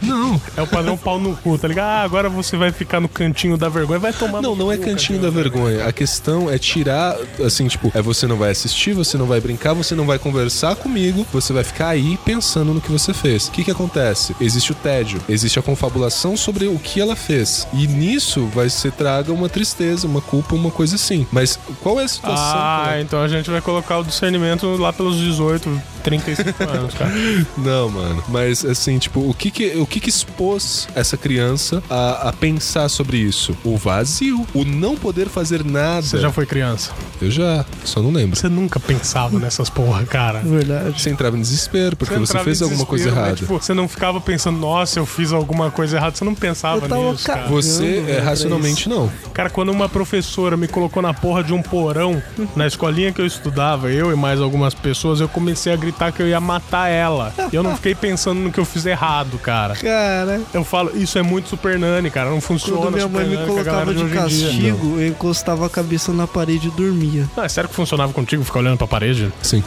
Speaker 3: Não,
Speaker 4: É o padrão pau no cu, tá ligado? Ah, agora você vai ficar no cantinho da vergonha. Vai tomar
Speaker 3: não,
Speaker 4: no
Speaker 3: não é
Speaker 4: cu,
Speaker 3: cantinho da vergonha. A questão é tirar, assim, tipo, é você não vai assistir, você não vai brincar, você não vai conversar comigo, você vai ficar aí pensando no que você fez. O que que acontece? Existe o tédio, existe a confabulação sobre o que ela fez. E nisso vai ser traga uma tristeza, uma culpa, uma coisa assim. Mas qual é a situação?
Speaker 4: Ah,
Speaker 3: cara?
Speaker 4: então a gente vai colocar o discernimento lá pelos 18, 35 anos, cara.
Speaker 3: Não, mano. Mas assim, tipo, o que que, o que, que expôs essa criança a, a pensar sobre isso? O vazio, o não poder fazer nada.
Speaker 4: Você já foi criança.
Speaker 3: Eu já, só não lembro.
Speaker 4: Você nunca pensava nessas porra, cara.
Speaker 5: Verdade.
Speaker 3: Você entrava em desespero porque você,
Speaker 4: entrava
Speaker 3: fez
Speaker 4: em
Speaker 3: alguma coisa
Speaker 4: desespero, mas,
Speaker 3: errada.
Speaker 4: tipo, você não ficava pensando, nossa, eu fiz alguma coisa errada. Você não pensava
Speaker 5: Eu tava
Speaker 4: nisso,
Speaker 5: ca-
Speaker 4: cara.
Speaker 3: você,
Speaker 5: Caramba,
Speaker 3: é,
Speaker 5: velho,
Speaker 3: racionalmente, não.
Speaker 4: Cara, quando uma professora me colocou na porra de um porão na escolinha que eu estudava, eu e mais algumas pessoas, eu comecei a gritar que eu ia matar ela. E eu não fiquei pensando no que eu fiz errado, cara.
Speaker 5: Cara,
Speaker 4: Eu falo, isso é muito super nani, cara. Não funciona
Speaker 5: quando minha mãe
Speaker 4: Super
Speaker 5: me
Speaker 4: Nani com né, a galera
Speaker 5: colocava de
Speaker 4: hoje em dia.
Speaker 5: castigo, eu encostava a cabeça na parede e dormia.
Speaker 4: Não, é sério que funcionava contigo ficar olhando pra parede?
Speaker 3: Sim.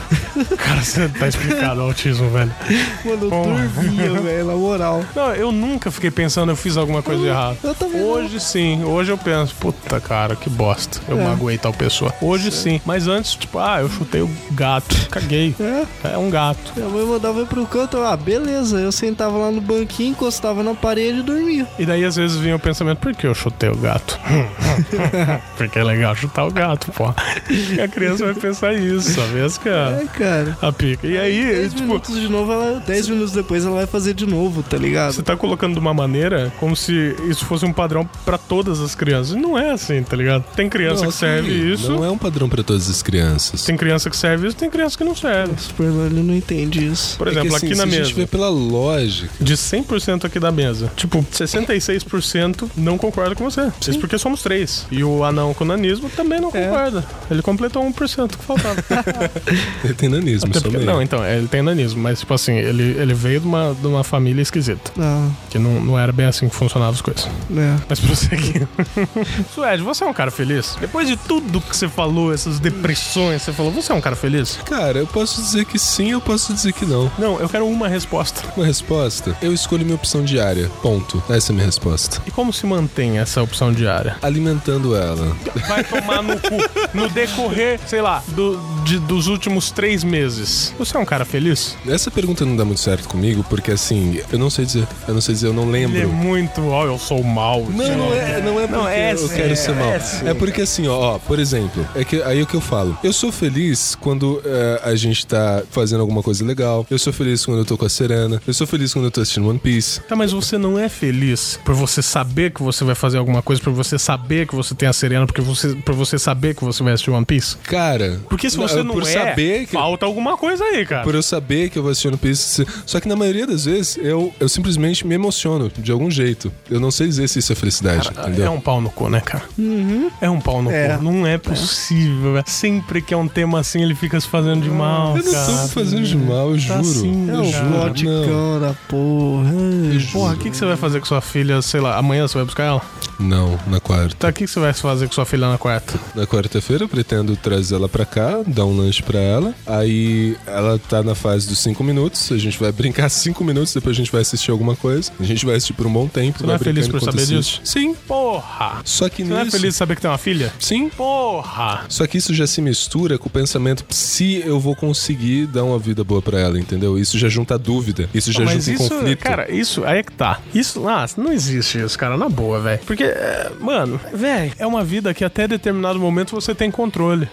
Speaker 4: Cara, você tá explicado o autismo, velho.
Speaker 5: Mano, eu
Speaker 4: Porra.
Speaker 5: dormia, velho, na moral.
Speaker 4: Não, eu nunca fiquei pensando eu fiz alguma coisa errada.
Speaker 5: eu também não.
Speaker 4: Hoje sim, hoje eu penso, puta cara, que bosta. Eu
Speaker 3: É.
Speaker 4: magoei tal pessoa. Hoje sim, mas antes, tipo, ah, eu chutei o gato. Caguei.
Speaker 5: É.
Speaker 4: É um gato.
Speaker 5: Minha mãe mandava eu pro canto, eu, ah, beleza. Eu sentava lá no banquinho, encostava na parede e dormia.
Speaker 4: E daí às vezes vinha o pensamento, por que eu chutei o gato? Porque é legal chutar o gato, pô. E a criança vai pensar isso, sabe? Essa que é
Speaker 5: É, cara.
Speaker 4: a pica. E aí,
Speaker 5: 10
Speaker 4: tipo,
Speaker 5: minutos de novo, ela, 10 minutos depois ela vai fazer de novo, tá
Speaker 4: Você
Speaker 5: ligado?
Speaker 4: tá colocando de uma maneira como se isso fosse um padrão pra todas as crianças. Não é assim, tá ligado? Tem criança
Speaker 3: Não,
Speaker 4: que serve
Speaker 3: assim,
Speaker 4: isso,
Speaker 3: Não é um padrão pra todas as crianças.
Speaker 4: tem criança que serve isso, tem criança que não serve.
Speaker 5: Super Mario não entende isso.
Speaker 4: Por
Speaker 3: É que,
Speaker 4: exemplo,
Speaker 3: assim,
Speaker 4: aqui na
Speaker 3: se
Speaker 4: mesa,
Speaker 3: a gente vê pela lógica.
Speaker 4: de 100% aqui da mesa, tipo, 66% não concorda com você. Isso porque somos três. E o anão com nanismo também não concorda. Ele completou 1% que faltava.
Speaker 3: Ele tem nanismo,
Speaker 4: Até
Speaker 3: só
Speaker 4: porque-
Speaker 3: meio.
Speaker 4: não, então, ele tem nanismo, mas, tipo assim, ele, ele veio de uma, de uma família esquisita,
Speaker 5: Ah,
Speaker 4: que não, não era bem assim que funcionavam as coisas.
Speaker 5: né?
Speaker 4: Mas prosseguindo. Suede, você é um cara feliz? Depois de tudo que você falou, essas depressões, você falou, você é um cara feliz?
Speaker 3: Cara, eu posso dizer que sim, eu posso dizer que não.
Speaker 4: Não, eu quero uma resposta.
Speaker 3: Uma resposta? Eu escolho minha opção diária. Ponto. Essa é a minha resposta.
Speaker 4: E como se mantém essa opção diária?
Speaker 3: Alimentando ela.
Speaker 4: Vai tomar no cu. No decorrer, sei lá, do, de- dos últimos três meses. Você é um cara feliz?
Speaker 3: Essa pergunta não dá muito certo comigo, porque assim, eu não sei dizer. Eu não sei dizer, eu não lembro.
Speaker 4: Ele é muito, ó, eu sou mal.
Speaker 3: Não, não é, não é porque
Speaker 4: é
Speaker 3: eu
Speaker 4: sim,
Speaker 3: quero
Speaker 4: é,
Speaker 3: ser mal.
Speaker 4: é
Speaker 3: É,
Speaker 4: sim.
Speaker 3: porque assim, ó, ó, por exemplo, é que aí é o que eu falo. Eu sou feliz quando é, a gente tá fazendo alguma coisa legal. Eu sou feliz quando eu tô com a Serena. Eu sou feliz quando eu tô assistindo One Piece.
Speaker 4: Tá, mas você não é feliz por você saber que você vai fazer alguma coisa, por você saber que você tem a Serena, porque você, por você saber que você vai assistir One Piece?
Speaker 3: Cara,
Speaker 4: Porque se você
Speaker 3: eu-
Speaker 4: não
Speaker 3: por
Speaker 4: é,
Speaker 3: saber que
Speaker 4: falta alguma coisa aí, cara.
Speaker 3: por eu saber que eu vou assistir One Piece, só que na maioria das vezes eu, eu simplesmente me emociono de algum jeito. Eu não sei dizer se isso é felicidade, entendeu?
Speaker 4: É um pau no cu, né, cara? É um pau no
Speaker 5: É.
Speaker 4: cu. Não é possível, velho. Sempre que é um tema assim, ele fica se fazendo de mal,
Speaker 3: Eu não
Speaker 4: cara.
Speaker 3: tô me fazendo de mal, eu juro.
Speaker 4: assim,
Speaker 3: eu
Speaker 4: não,
Speaker 3: juro.
Speaker 4: cara.
Speaker 3: não,
Speaker 5: Ploticão É da porra.
Speaker 3: eu
Speaker 4: Porra, o
Speaker 3: juro.
Speaker 4: que, que você vai fazer com sua filha, sei lá, amanhã você vai buscar ela?
Speaker 3: não, na quarta.
Speaker 4: Tá, o que, que você vai fazer com sua filha na quarta?
Speaker 3: Na quarta-feira eu pretendo trazer ela pra cá, dar um lanche pra ela. Aí ela tá na fase dos cinco minutos, a gente vai brincar cinco minutos, depois a gente vai assistir alguma coisa. A gente vai assistir por um bom tempo.
Speaker 4: Você não é feliz por saber disso?
Speaker 3: Sim.
Speaker 4: Porra!
Speaker 3: Só que
Speaker 4: Você
Speaker 3: nisso...
Speaker 4: não é feliz de saber que tem uma filha?
Speaker 3: Sim.
Speaker 4: Porra!
Speaker 3: Só que isso já se mistura com o pensamento se eu vou conseguir dar uma vida boa pra ela, entendeu? Isso já junta dúvida, isso já
Speaker 4: Mas
Speaker 3: junta um
Speaker 4: isso,
Speaker 3: conflito.
Speaker 4: cara, isso aí é que tá. Isso, ah, não existe isso, cara, na boa, velho. Porque, é, mano, velho, é uma vida que até determinado momento você tem controle.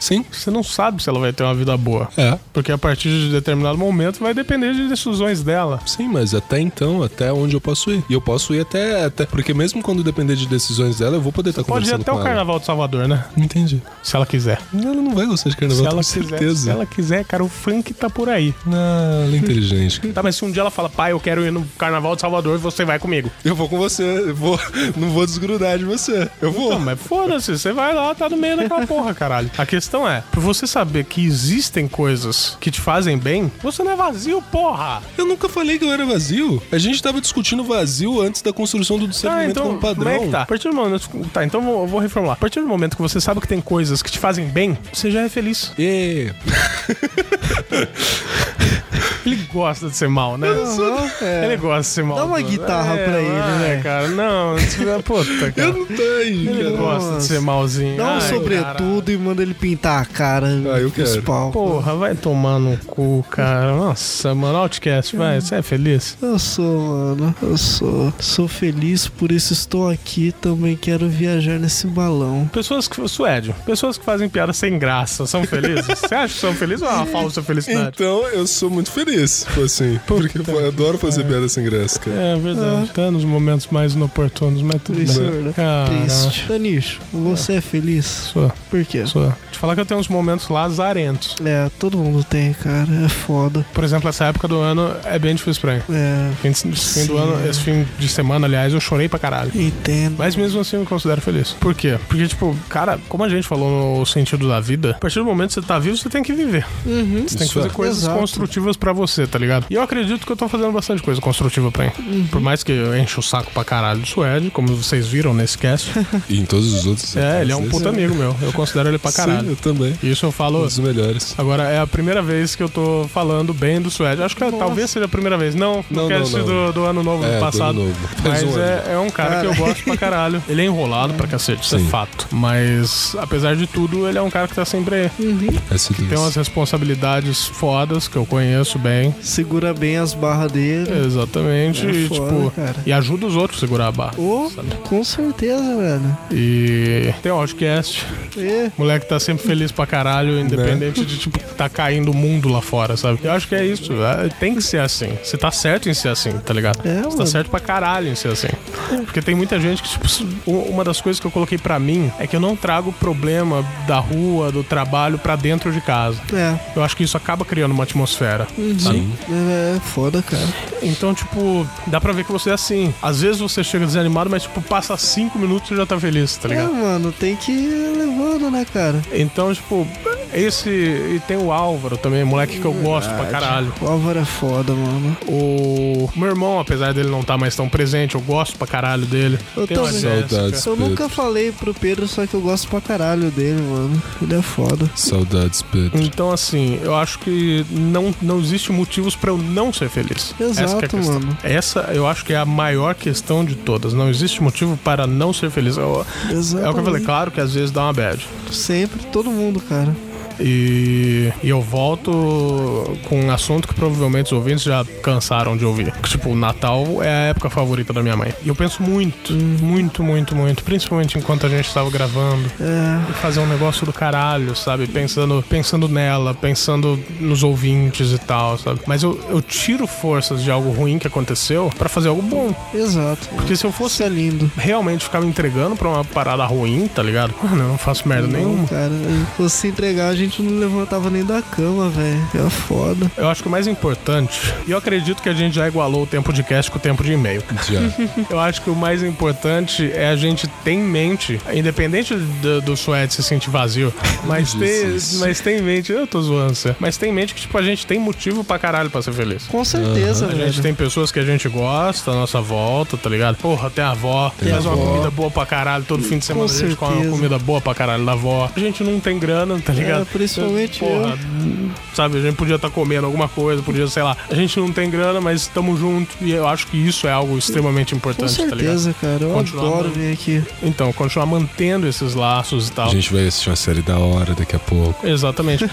Speaker 3: Sim.
Speaker 4: Você não sabe se ela vai ter uma vida boa.
Speaker 3: É.
Speaker 4: Porque a partir de determinado momento vai depender de decisões dela.
Speaker 3: Sim, mas até então, até onde eu posso ir. E eu posso ir até. até porque mesmo quando depender de decisões dela, eu vou poder estar
Speaker 4: Pode ir
Speaker 3: conversando
Speaker 4: até
Speaker 3: com
Speaker 4: o
Speaker 3: ela.
Speaker 4: carnaval de Salvador, né?
Speaker 3: Entendi.
Speaker 4: Se ela quiser.
Speaker 3: Ela não vai gostar de
Speaker 4: Se
Speaker 3: carnaval,
Speaker 4: ela
Speaker 3: com
Speaker 4: quiser,
Speaker 3: certeza.
Speaker 4: se ela quiser, cara, o funk tá por aí.
Speaker 3: Ah, ela é inteligente.
Speaker 4: Tá, mas se um dia ela fala, pai, eu quero ir no carnaval de Salvador, você vai comigo.
Speaker 3: Eu vou com você, eu vou, não vou desgrudar de você. Eu vou.
Speaker 4: Não, mas foda-se, você vai lá, tá no meio daquela porra, caralho. A questão é, pra você saber que existem coisas que te fazem bem, você não é vazio, porra!
Speaker 3: Eu nunca falei que eu era vazio. A gente tava discutindo vazio antes da construção do
Speaker 4: Ah,
Speaker 3: discernimento então,
Speaker 5: um
Speaker 3: como padrão.
Speaker 4: como é que tá? A partir do momento... Tá, então eu vou, eu vou reformular. A partir do momento que você sabe que tem coisas que te fazem bem, você já é feliz.
Speaker 3: E...
Speaker 4: Ele gosta de ser mal, né?
Speaker 5: é.
Speaker 4: Ele gosta de ser mal.
Speaker 5: Dá uma guitarra pra ele,
Speaker 4: né?
Speaker 5: né?
Speaker 4: cara, não... isso- é Puta,
Speaker 3: Eu
Speaker 4: cara.
Speaker 3: não tenho,
Speaker 4: Ele
Speaker 3: cara.
Speaker 4: gosta de ser malzinho.
Speaker 5: Dá um
Speaker 4: Ai,
Speaker 5: sobretudo e manda ele pintar a cara.
Speaker 3: Ah, eu
Speaker 5: dos
Speaker 3: quero.
Speaker 5: pau.
Speaker 4: Porra, vai tomar no cu, cara. Nossa, mano, Outcast, vai, você é feliz?
Speaker 5: Eu sou, mano. Eu sou. Sou feliz, por isso estou aqui. Também quero viajar nesse balão.
Speaker 4: Pessoas que. Suédio, pessoas que fazem piada sem graça são felizes? Você acha que são felizes ou é uma falsa felicidade?
Speaker 3: Então eu sou muito feliz, tipo assim. Porque eu adoro fazer piada sem graça,
Speaker 5: Então.
Speaker 3: cara.
Speaker 4: É verdade. Tá nos momentos mais inoportunos, mas tudo
Speaker 5: Triste,
Speaker 4: bem.
Speaker 5: né?
Speaker 4: Cara,
Speaker 5: Triste. Danicho, você é feliz?
Speaker 4: Sou,
Speaker 5: Por quê?
Speaker 4: sou. Te falar que eu tenho uns momentos lazarentos.
Speaker 5: É, todo mundo tem, cara. É foda.
Speaker 4: Por exemplo, essa época do ano é bem difícil pra mim.
Speaker 5: É.
Speaker 4: Fim de- fim
Speaker 5: Sim.
Speaker 4: do ano, esse fim de semana, aliás, eu chorei pra caralho.
Speaker 5: Entendo.
Speaker 4: Mas mesmo assim eu me considero feliz. Por quê? Porque, tipo, cara, como a gente falou no sentido da vida, a partir do momento que você tá vivo, você tem que viver. Você tem que
Speaker 3: Isso
Speaker 4: fazer
Speaker 3: é.
Speaker 4: coisas
Speaker 5: Exato.
Speaker 4: construtivas pra você, tá ligado? E eu acredito que eu tô fazendo bastante coisa construtiva pra mim.
Speaker 3: Uhum.
Speaker 4: Por mais que eu enche o saco pra caralho do Suede, como vocês viram nesse cast.
Speaker 3: E em todos os outros.
Speaker 4: é, ele é um puta amigo meu. Eu considero ele pra
Speaker 3: Sim,
Speaker 4: caralho.
Speaker 3: eu também.
Speaker 4: E Isso eu
Speaker 3: Um
Speaker 4: falo.
Speaker 3: dos melhores.
Speaker 4: Agora é a primeira vez que eu tô falando bem do Suede. Acho que é- talvez seja a primeira vez. Não, no
Speaker 3: Não,
Speaker 4: cast
Speaker 3: não, não.
Speaker 4: Do, do ano novo, do
Speaker 3: É,
Speaker 4: passado.
Speaker 3: do novo. Faz
Speaker 4: Mas
Speaker 3: um ano.
Speaker 4: é, é um cara que eu gosto pra caralho. Ele é enrolado pra cacete, isso é
Speaker 3: Sim.
Speaker 4: fato. Mas, apesar de tudo, ele é um cara que tá sempre aí.
Speaker 3: Essa
Speaker 4: Tem
Speaker 3: delícia.
Speaker 4: umas responsabilidades fodas que eu conheço bem.
Speaker 5: Segura bem as barras dele.
Speaker 4: Exatamente.
Speaker 5: É
Speaker 4: e,
Speaker 5: foda,
Speaker 4: tipo,
Speaker 5: cara.
Speaker 4: e ajuda os outros a segurar a barra.
Speaker 5: Ô,
Speaker 4: É.
Speaker 5: com certeza, velho.
Speaker 4: E tem o Outcast.
Speaker 5: É.
Speaker 4: Moleque tá sempre feliz pra
Speaker 5: Né?
Speaker 4: caralho, independente de, tipo, tá caindo o mundo lá fora, sabe? Eu acho que é isso. é, Tem que ser assim. Você tá certo em ser assim, tá ligado?
Speaker 5: É,
Speaker 4: Você tá
Speaker 5: mano. É.
Speaker 4: certo pra caralho em ser assim. Porque tem muita gente que, tipo, su- u- uma das coisas que eu coloquei pra mim é que eu não trago o problema da rua, do trabalho pra dentro de casa.
Speaker 5: É,
Speaker 4: Eu acho que isso acaba criando uma atmosfera.
Speaker 3: Sim.
Speaker 5: é, é foda, cara.
Speaker 4: Então, tipo, dá pra ver que você é assim. Às vezes você chega desanimado, mas, tipo, passa cinco minutos e já tá feliz, tá
Speaker 5: É,
Speaker 4: ligado?
Speaker 5: mano, tem que ir levando, né, cara?
Speaker 4: Então, tipo, esse. E tem o Álvaro também, moleque que eu gosto pra caralho.
Speaker 5: O Álvaro é foda, mano.
Speaker 4: O meu irmão, apesar dele não estar mais tão presente, eu gosto pra caralho dele.
Speaker 5: Eu
Speaker 4: Tem uma
Speaker 5: também.
Speaker 4: Jéssica.
Speaker 3: Saudades.
Speaker 5: Eu
Speaker 3: Pedro.
Speaker 5: nunca falei pro Pedro, só que eu gosto pra caralho dele, mano. Ele é foda.
Speaker 3: Saudades, Pedro.
Speaker 4: Então, assim, eu acho que não, não existe motivos pra eu não ser feliz. Essa que é a
Speaker 5: Exato,
Speaker 4: questão.
Speaker 5: mano.
Speaker 4: Essa eu acho que é a maior questão de todas. Não existe motivo para não ser feliz. Eu-
Speaker 5: Exato.
Speaker 4: é o que eu falei, claro que às vezes dá uma bad.
Speaker 5: Sempre, todo mundo, cara.
Speaker 4: E, e eu volto com um assunto que provavelmente os ouvintes já cansaram de ouvir. Que, tipo, o Natal é a época favorita da minha mãe. E eu penso muito, muito, muito, muito. Principalmente enquanto a gente estava gravando.
Speaker 5: É,
Speaker 4: E fazer um negócio do caralho, sabe? Pensando, pensando nela, pensando nos ouvintes e tal, sabe? Mas eu, eu tiro forças de algo ruim que aconteceu pra fazer algo bom.
Speaker 5: Exato.
Speaker 4: Porque se eu fosse
Speaker 5: Isso é lindo.
Speaker 4: realmente ficar me entregando pra uma parada ruim, tá ligado? Mano, eu não faço merda nenhuma.
Speaker 5: Não, cara. Se fosse entregar, a gente não levantava nem da cama, velho. É foda.
Speaker 4: Eu acho que o mais importante, e eu acredito que a gente já igualou o tempo de cast com o tempo de e-mail.
Speaker 3: Já.
Speaker 4: Eu acho que o mais importante é a gente ter em mente, independente do, do suéte se sentir vazio, mas
Speaker 3: disse
Speaker 4: ter,
Speaker 3: isso.
Speaker 4: mas ter em mente, eu tô zoando, você, mas tem em mente que, tipo, a gente tem motivo pra caralho pra ser feliz.
Speaker 5: Com certeza,
Speaker 4: A
Speaker 5: velho.
Speaker 4: gente tem pessoas que a gente gosta, à nossa volta, tá ligado? Porra, tem a avó, faz uma comida boa pra caralho, todo fim de semana a gente come uma
Speaker 5: certeza.
Speaker 4: comida boa pra caralho da avó. A gente não tem grana, tá ligado?
Speaker 5: É, principalmente
Speaker 4: Porra, sabe, a gente podia estar comendo alguma coisa, podia, sei lá. A gente não tem grana, mas estamos juntos e eu acho que isso é algo extremamente
Speaker 5: Com
Speaker 4: importante, tá ligado?
Speaker 5: certeza, cara. Eu
Speaker 4: Continuar
Speaker 5: adoro
Speaker 4: mandando.
Speaker 5: vir aqui.
Speaker 4: Então, continuar mantendo esses laços e tal.
Speaker 3: A gente vai assistir uma série da hora daqui a pouco.
Speaker 4: Exatamente.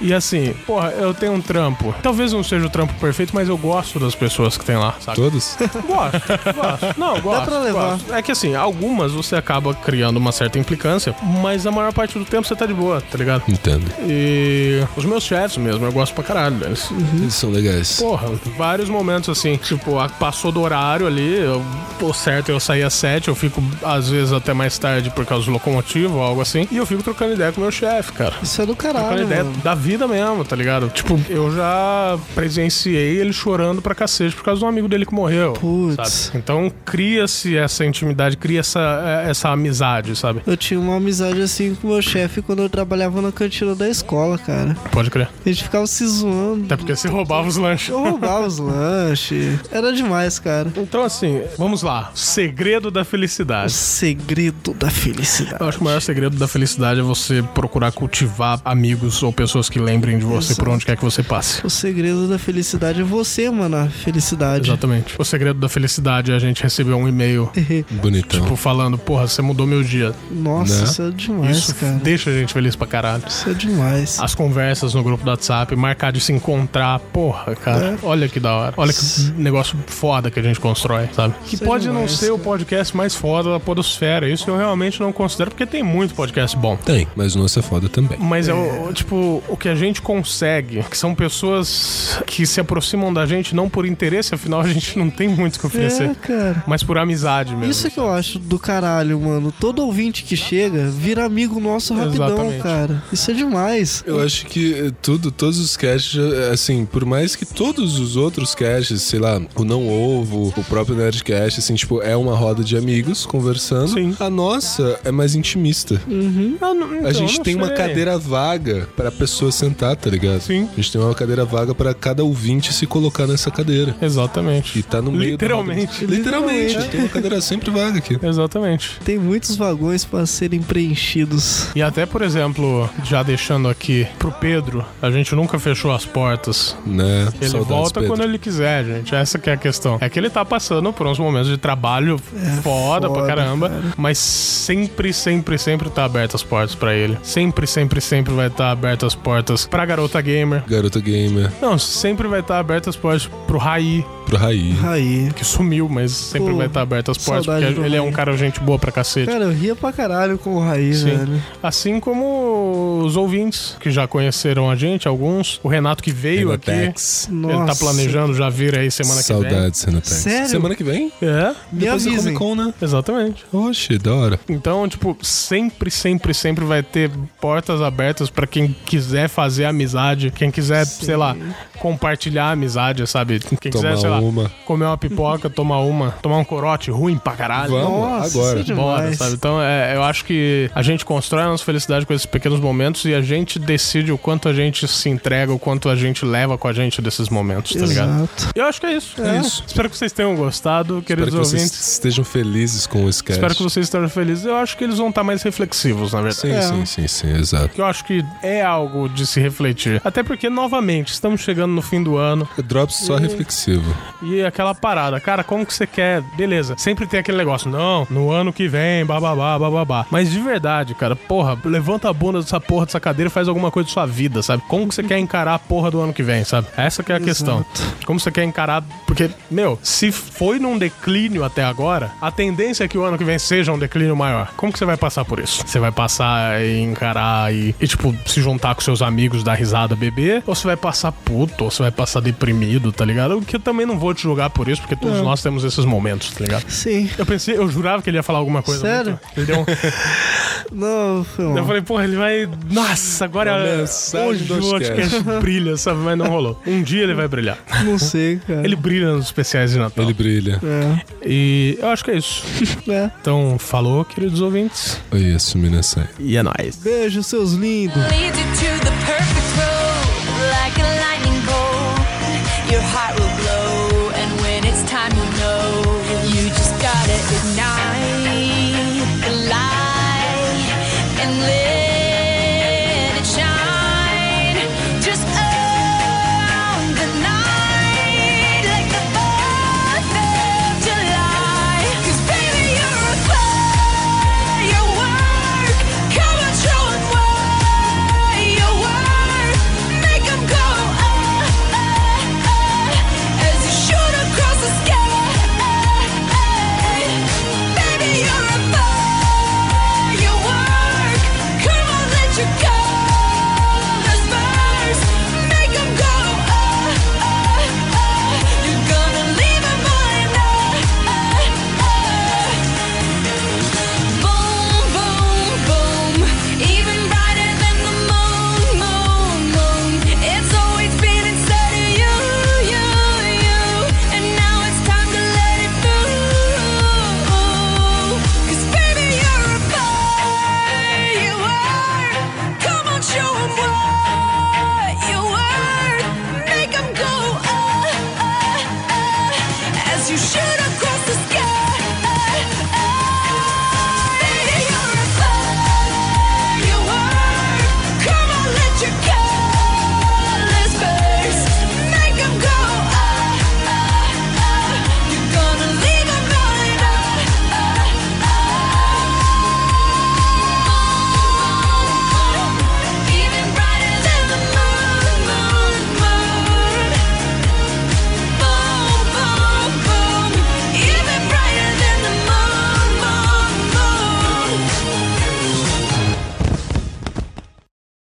Speaker 4: e assim, porra, eu tenho um trampo. Talvez não seja o trampo perfeito, mas eu gosto das pessoas que tem lá, sabe?
Speaker 3: Todas?
Speaker 4: Gosto, gosto. Não, gosto.
Speaker 5: pra levar.
Speaker 4: gosto. É que assim, algumas você acaba criando uma certa implicância, mas a maior parte do tempo você tá de boa, tá ligado?
Speaker 3: Entendo.
Speaker 4: E os meus chefs mesmo, eu gosto pra caralho deles.
Speaker 3: Eles são legais.
Speaker 4: Porra, vários momentos assim, tipo, a- passou do horário ali, eu, pô, certo, eu saí às sete, eu fico às vezes até mais tarde por causa do locomotivo ou algo assim, e eu fico trocando ideia com o meu chefe, cara.
Speaker 5: Isso é do
Speaker 4: Trocando
Speaker 5: caralho,
Speaker 4: ideia
Speaker 5: mano.
Speaker 4: da vida mesmo, tá ligado? Tipo, eu já presenciei ele chorando pra cacete por causa de um amigo dele que morreu.
Speaker 5: Putz.
Speaker 4: sabe? Então cria-se essa intimidade, cria essa, é, essa amizade, sabe?
Speaker 5: Eu tinha uma amizade assim com o meu chefe quando eu trabalhava na cantina da escola, cara.
Speaker 4: Pode crer.
Speaker 5: A gente ficava se zoando.
Speaker 4: Até porque você roubava os lanches.
Speaker 5: Eu roubava os lanches. Era demais, cara.
Speaker 4: Então, assim, vamos lá. Segredo da
Speaker 5: O
Speaker 4: felicidade.
Speaker 5: segredo da felicidade.
Speaker 4: Eu acho que o maior segredo da felicidade é você procurar cultivar amigos ou pessoas que lembrem de você por onde quer que você passe.
Speaker 5: O segredo da felicidade é você, mano. a Felicidade.
Speaker 4: Exatamente. O segredo da felicidade é a gente receber um e-mail,
Speaker 3: Bonitão.
Speaker 4: tipo, falando, porra, você mudou meu dia.
Speaker 5: Nossa,
Speaker 3: Né?
Speaker 5: isso é demais,
Speaker 4: Isso Ah,
Speaker 5: cara.
Speaker 4: deixa a gente feliz pra caralho.
Speaker 5: Isso é demais.
Speaker 4: As conversas no grupo do WhatsApp, marcar de se encontrar, porra, cara. Olha que da hora. Olha que negócio foda que a gente constrói, sabe? Que
Speaker 5: Isso é
Speaker 4: pode não
Speaker 5: demais,
Speaker 4: ser o podcast mais foda da Podosfera. Isso eu realmente não considero, porque tem muito podcast bom.
Speaker 3: Tem, mas o nosso é foda também.
Speaker 4: Mas é, o, o- tipo, o que a gente consegue, que são pessoas que se aproximam da gente não por interesse, afinal a gente não tem muito o que oferecer,
Speaker 5: É, cara.
Speaker 4: mas por amizade mesmo.
Speaker 5: Isso que eu acho do caralho, mano. Todo ouvinte que chega vira amigo nosso rapidão,
Speaker 4: Exatamente.
Speaker 5: cara. Isso é demais.
Speaker 3: Eu acho que eh, tudo, todos os casts, eh, assim, por mais que todos os outros casts, sei lá, o Não Ovo, o próprio Nerdcast, assim, tipo, é uma roda de amigos conversando.
Speaker 4: Sim.
Speaker 3: A nossa é mais intimista.
Speaker 4: Eu não- então,
Speaker 3: a gente
Speaker 4: não
Speaker 3: tem uma
Speaker 4: sei.
Speaker 3: cadeira vaga pra pessoa sentar, tá ligado?
Speaker 4: Sim.
Speaker 3: A gente tem uma cadeira vaga pra cada ouvinte se colocar nessa cadeira.
Speaker 4: Exatamente.
Speaker 3: E tá no meio da roda.
Speaker 4: Literalmente.
Speaker 3: Literalmente.
Speaker 5: Literalmente.
Speaker 3: Tem uma cadeira sempre vaga aqui.
Speaker 4: Exatamente.
Speaker 5: Tem muitos vagões pra serem preenchidos.
Speaker 4: E até, por exemplo, já deixando aqui pro Pedro, a gente nunca fechou as portas.
Speaker 3: Né?
Speaker 4: Ele
Speaker 3: Saudades,
Speaker 4: volta
Speaker 3: Pedro.
Speaker 4: quando ele quiser, gente. Essa que é a questão. É que ele tá passando por uns momentos de trabalho foda, pra
Speaker 5: É, foda,
Speaker 4: caramba,
Speaker 5: cara.
Speaker 4: mas sempre, sempre, sempre tá aberto as portas pra ele. Sempre, sempre, sempre vai estar tá aberto as portas pra garota gamer.
Speaker 3: Garota Gamer,
Speaker 4: Não, sempre vai estar tá aberto as portas pro Raí,
Speaker 3: pro Raí.
Speaker 5: Aí.
Speaker 4: que sumiu, mas sempre
Speaker 5: Pô,
Speaker 4: vai estar tá aberto as portas,
Speaker 5: saudade
Speaker 4: porque
Speaker 5: do
Speaker 4: ele é
Speaker 5: Raí.
Speaker 4: um cara gente boa pra cacete.
Speaker 5: Cara, eu ria pra caralho com o Raí,
Speaker 4: Sim.
Speaker 5: velho.
Speaker 4: Assim como os ouvintes que já conheceram a gente, alguns. O Renato que veio aqui.
Speaker 3: Renatex.
Speaker 5: Nossa.
Speaker 4: Ele tá planejando já vir aí semana
Speaker 3: Saudades, Renatex.
Speaker 5: Sério?
Speaker 3: Semana que vem?
Speaker 4: que vem. É,
Speaker 5: Me
Speaker 3: Depois da
Speaker 5: avisem.
Speaker 3: Comic Con, né?
Speaker 4: exatamente.
Speaker 3: Oxe, da hora.
Speaker 4: Então, tipo, sempre, sempre, sempre vai ter portas abertas pra quem quiser fazer amizade, quem quiser, sei lá, compartilhar amizade, sabe? Quem quiser, sei
Speaker 3: Tomar um.
Speaker 4: lá,
Speaker 3: uma.
Speaker 4: comer uma pipoca, tomar uma, tomar um corote ruim pra caralho.
Speaker 3: Vamos,
Speaker 5: Nossa,
Speaker 3: agora.
Speaker 5: isso é
Speaker 4: Bora,
Speaker 5: demais.
Speaker 4: sabe? Então, é, eu acho que a gente constrói a nossa felicidade com esses pequenos momentos e a gente decide o quanto a gente se entrega, o quanto a gente leva com a gente desses momentos, tá ligado?
Speaker 5: Exato.
Speaker 4: Eu acho que é isso.
Speaker 3: É isso.
Speaker 4: Espero que vocês tenham gostado,
Speaker 3: Espero
Speaker 4: queridos
Speaker 3: que vocês
Speaker 4: ouvintes.
Speaker 3: estejam felizes com o sketch.
Speaker 4: Espero que vocês estejam felizes. Eu acho que eles vão estar mais reflexivos, na verdade.
Speaker 3: Sim,
Speaker 5: É.
Speaker 3: sim, sim, sim, exato.
Speaker 4: Que eu acho que é algo de se refletir. Até porque, novamente, estamos chegando no fim do ano
Speaker 3: Drops
Speaker 4: É.
Speaker 3: só reflexivo.
Speaker 4: e aquela parada. Cara, como que você quer? Beleza. Sempre tem aquele negócio. Não, no ano que vem, bababá, bababá. Mas de verdade, cara, porra, levanta a bunda dessa porra dessa cadeira e faz alguma coisa da sua vida, sabe? Como que você quer encarar a porra do ano que vem, sabe? Essa que é a questão. Como você quer encarar. Porque, meu, se foi num declínio até agora, a tendência é que o ano que vem seja um declínio maior. Como que você vai passar por isso? Você vai passar e encarar e, e, tipo, se juntar com seus amigos, dar risada, beber? Ou você vai passar puto, ou você vai passar deprimido, tá ligado? O que eu também não vou te julgar por isso, porque todos nós temos esses momentos, tá ligado?
Speaker 5: Sim.
Speaker 4: Eu pensei, eu jurava que ele ia falar alguma coisa.
Speaker 5: Sério?
Speaker 4: muito- Ele deu um-
Speaker 5: Não, foi mal.
Speaker 4: Eu falei, porra, ele vai. Nossa,
Speaker 3: Uma
Speaker 4: agora
Speaker 3: mensagem
Speaker 4: hoje
Speaker 3: do
Speaker 4: o podcast brilha, sabe? Mas não rolou. Um dia ele vai brilhar.
Speaker 5: Não sei, cara.
Speaker 4: Ele brilha nos especiais de Natal.
Speaker 3: Ele brilha.
Speaker 5: É,
Speaker 4: E eu acho que é isso.
Speaker 5: é.
Speaker 4: Então, falou, queridos ouvintes.
Speaker 3: Foi isso, Minas Sai.
Speaker 4: E é nóis.
Speaker 5: Beijo, seus lindos.
Speaker 8: lead you to
Speaker 7: uh, uh, uh,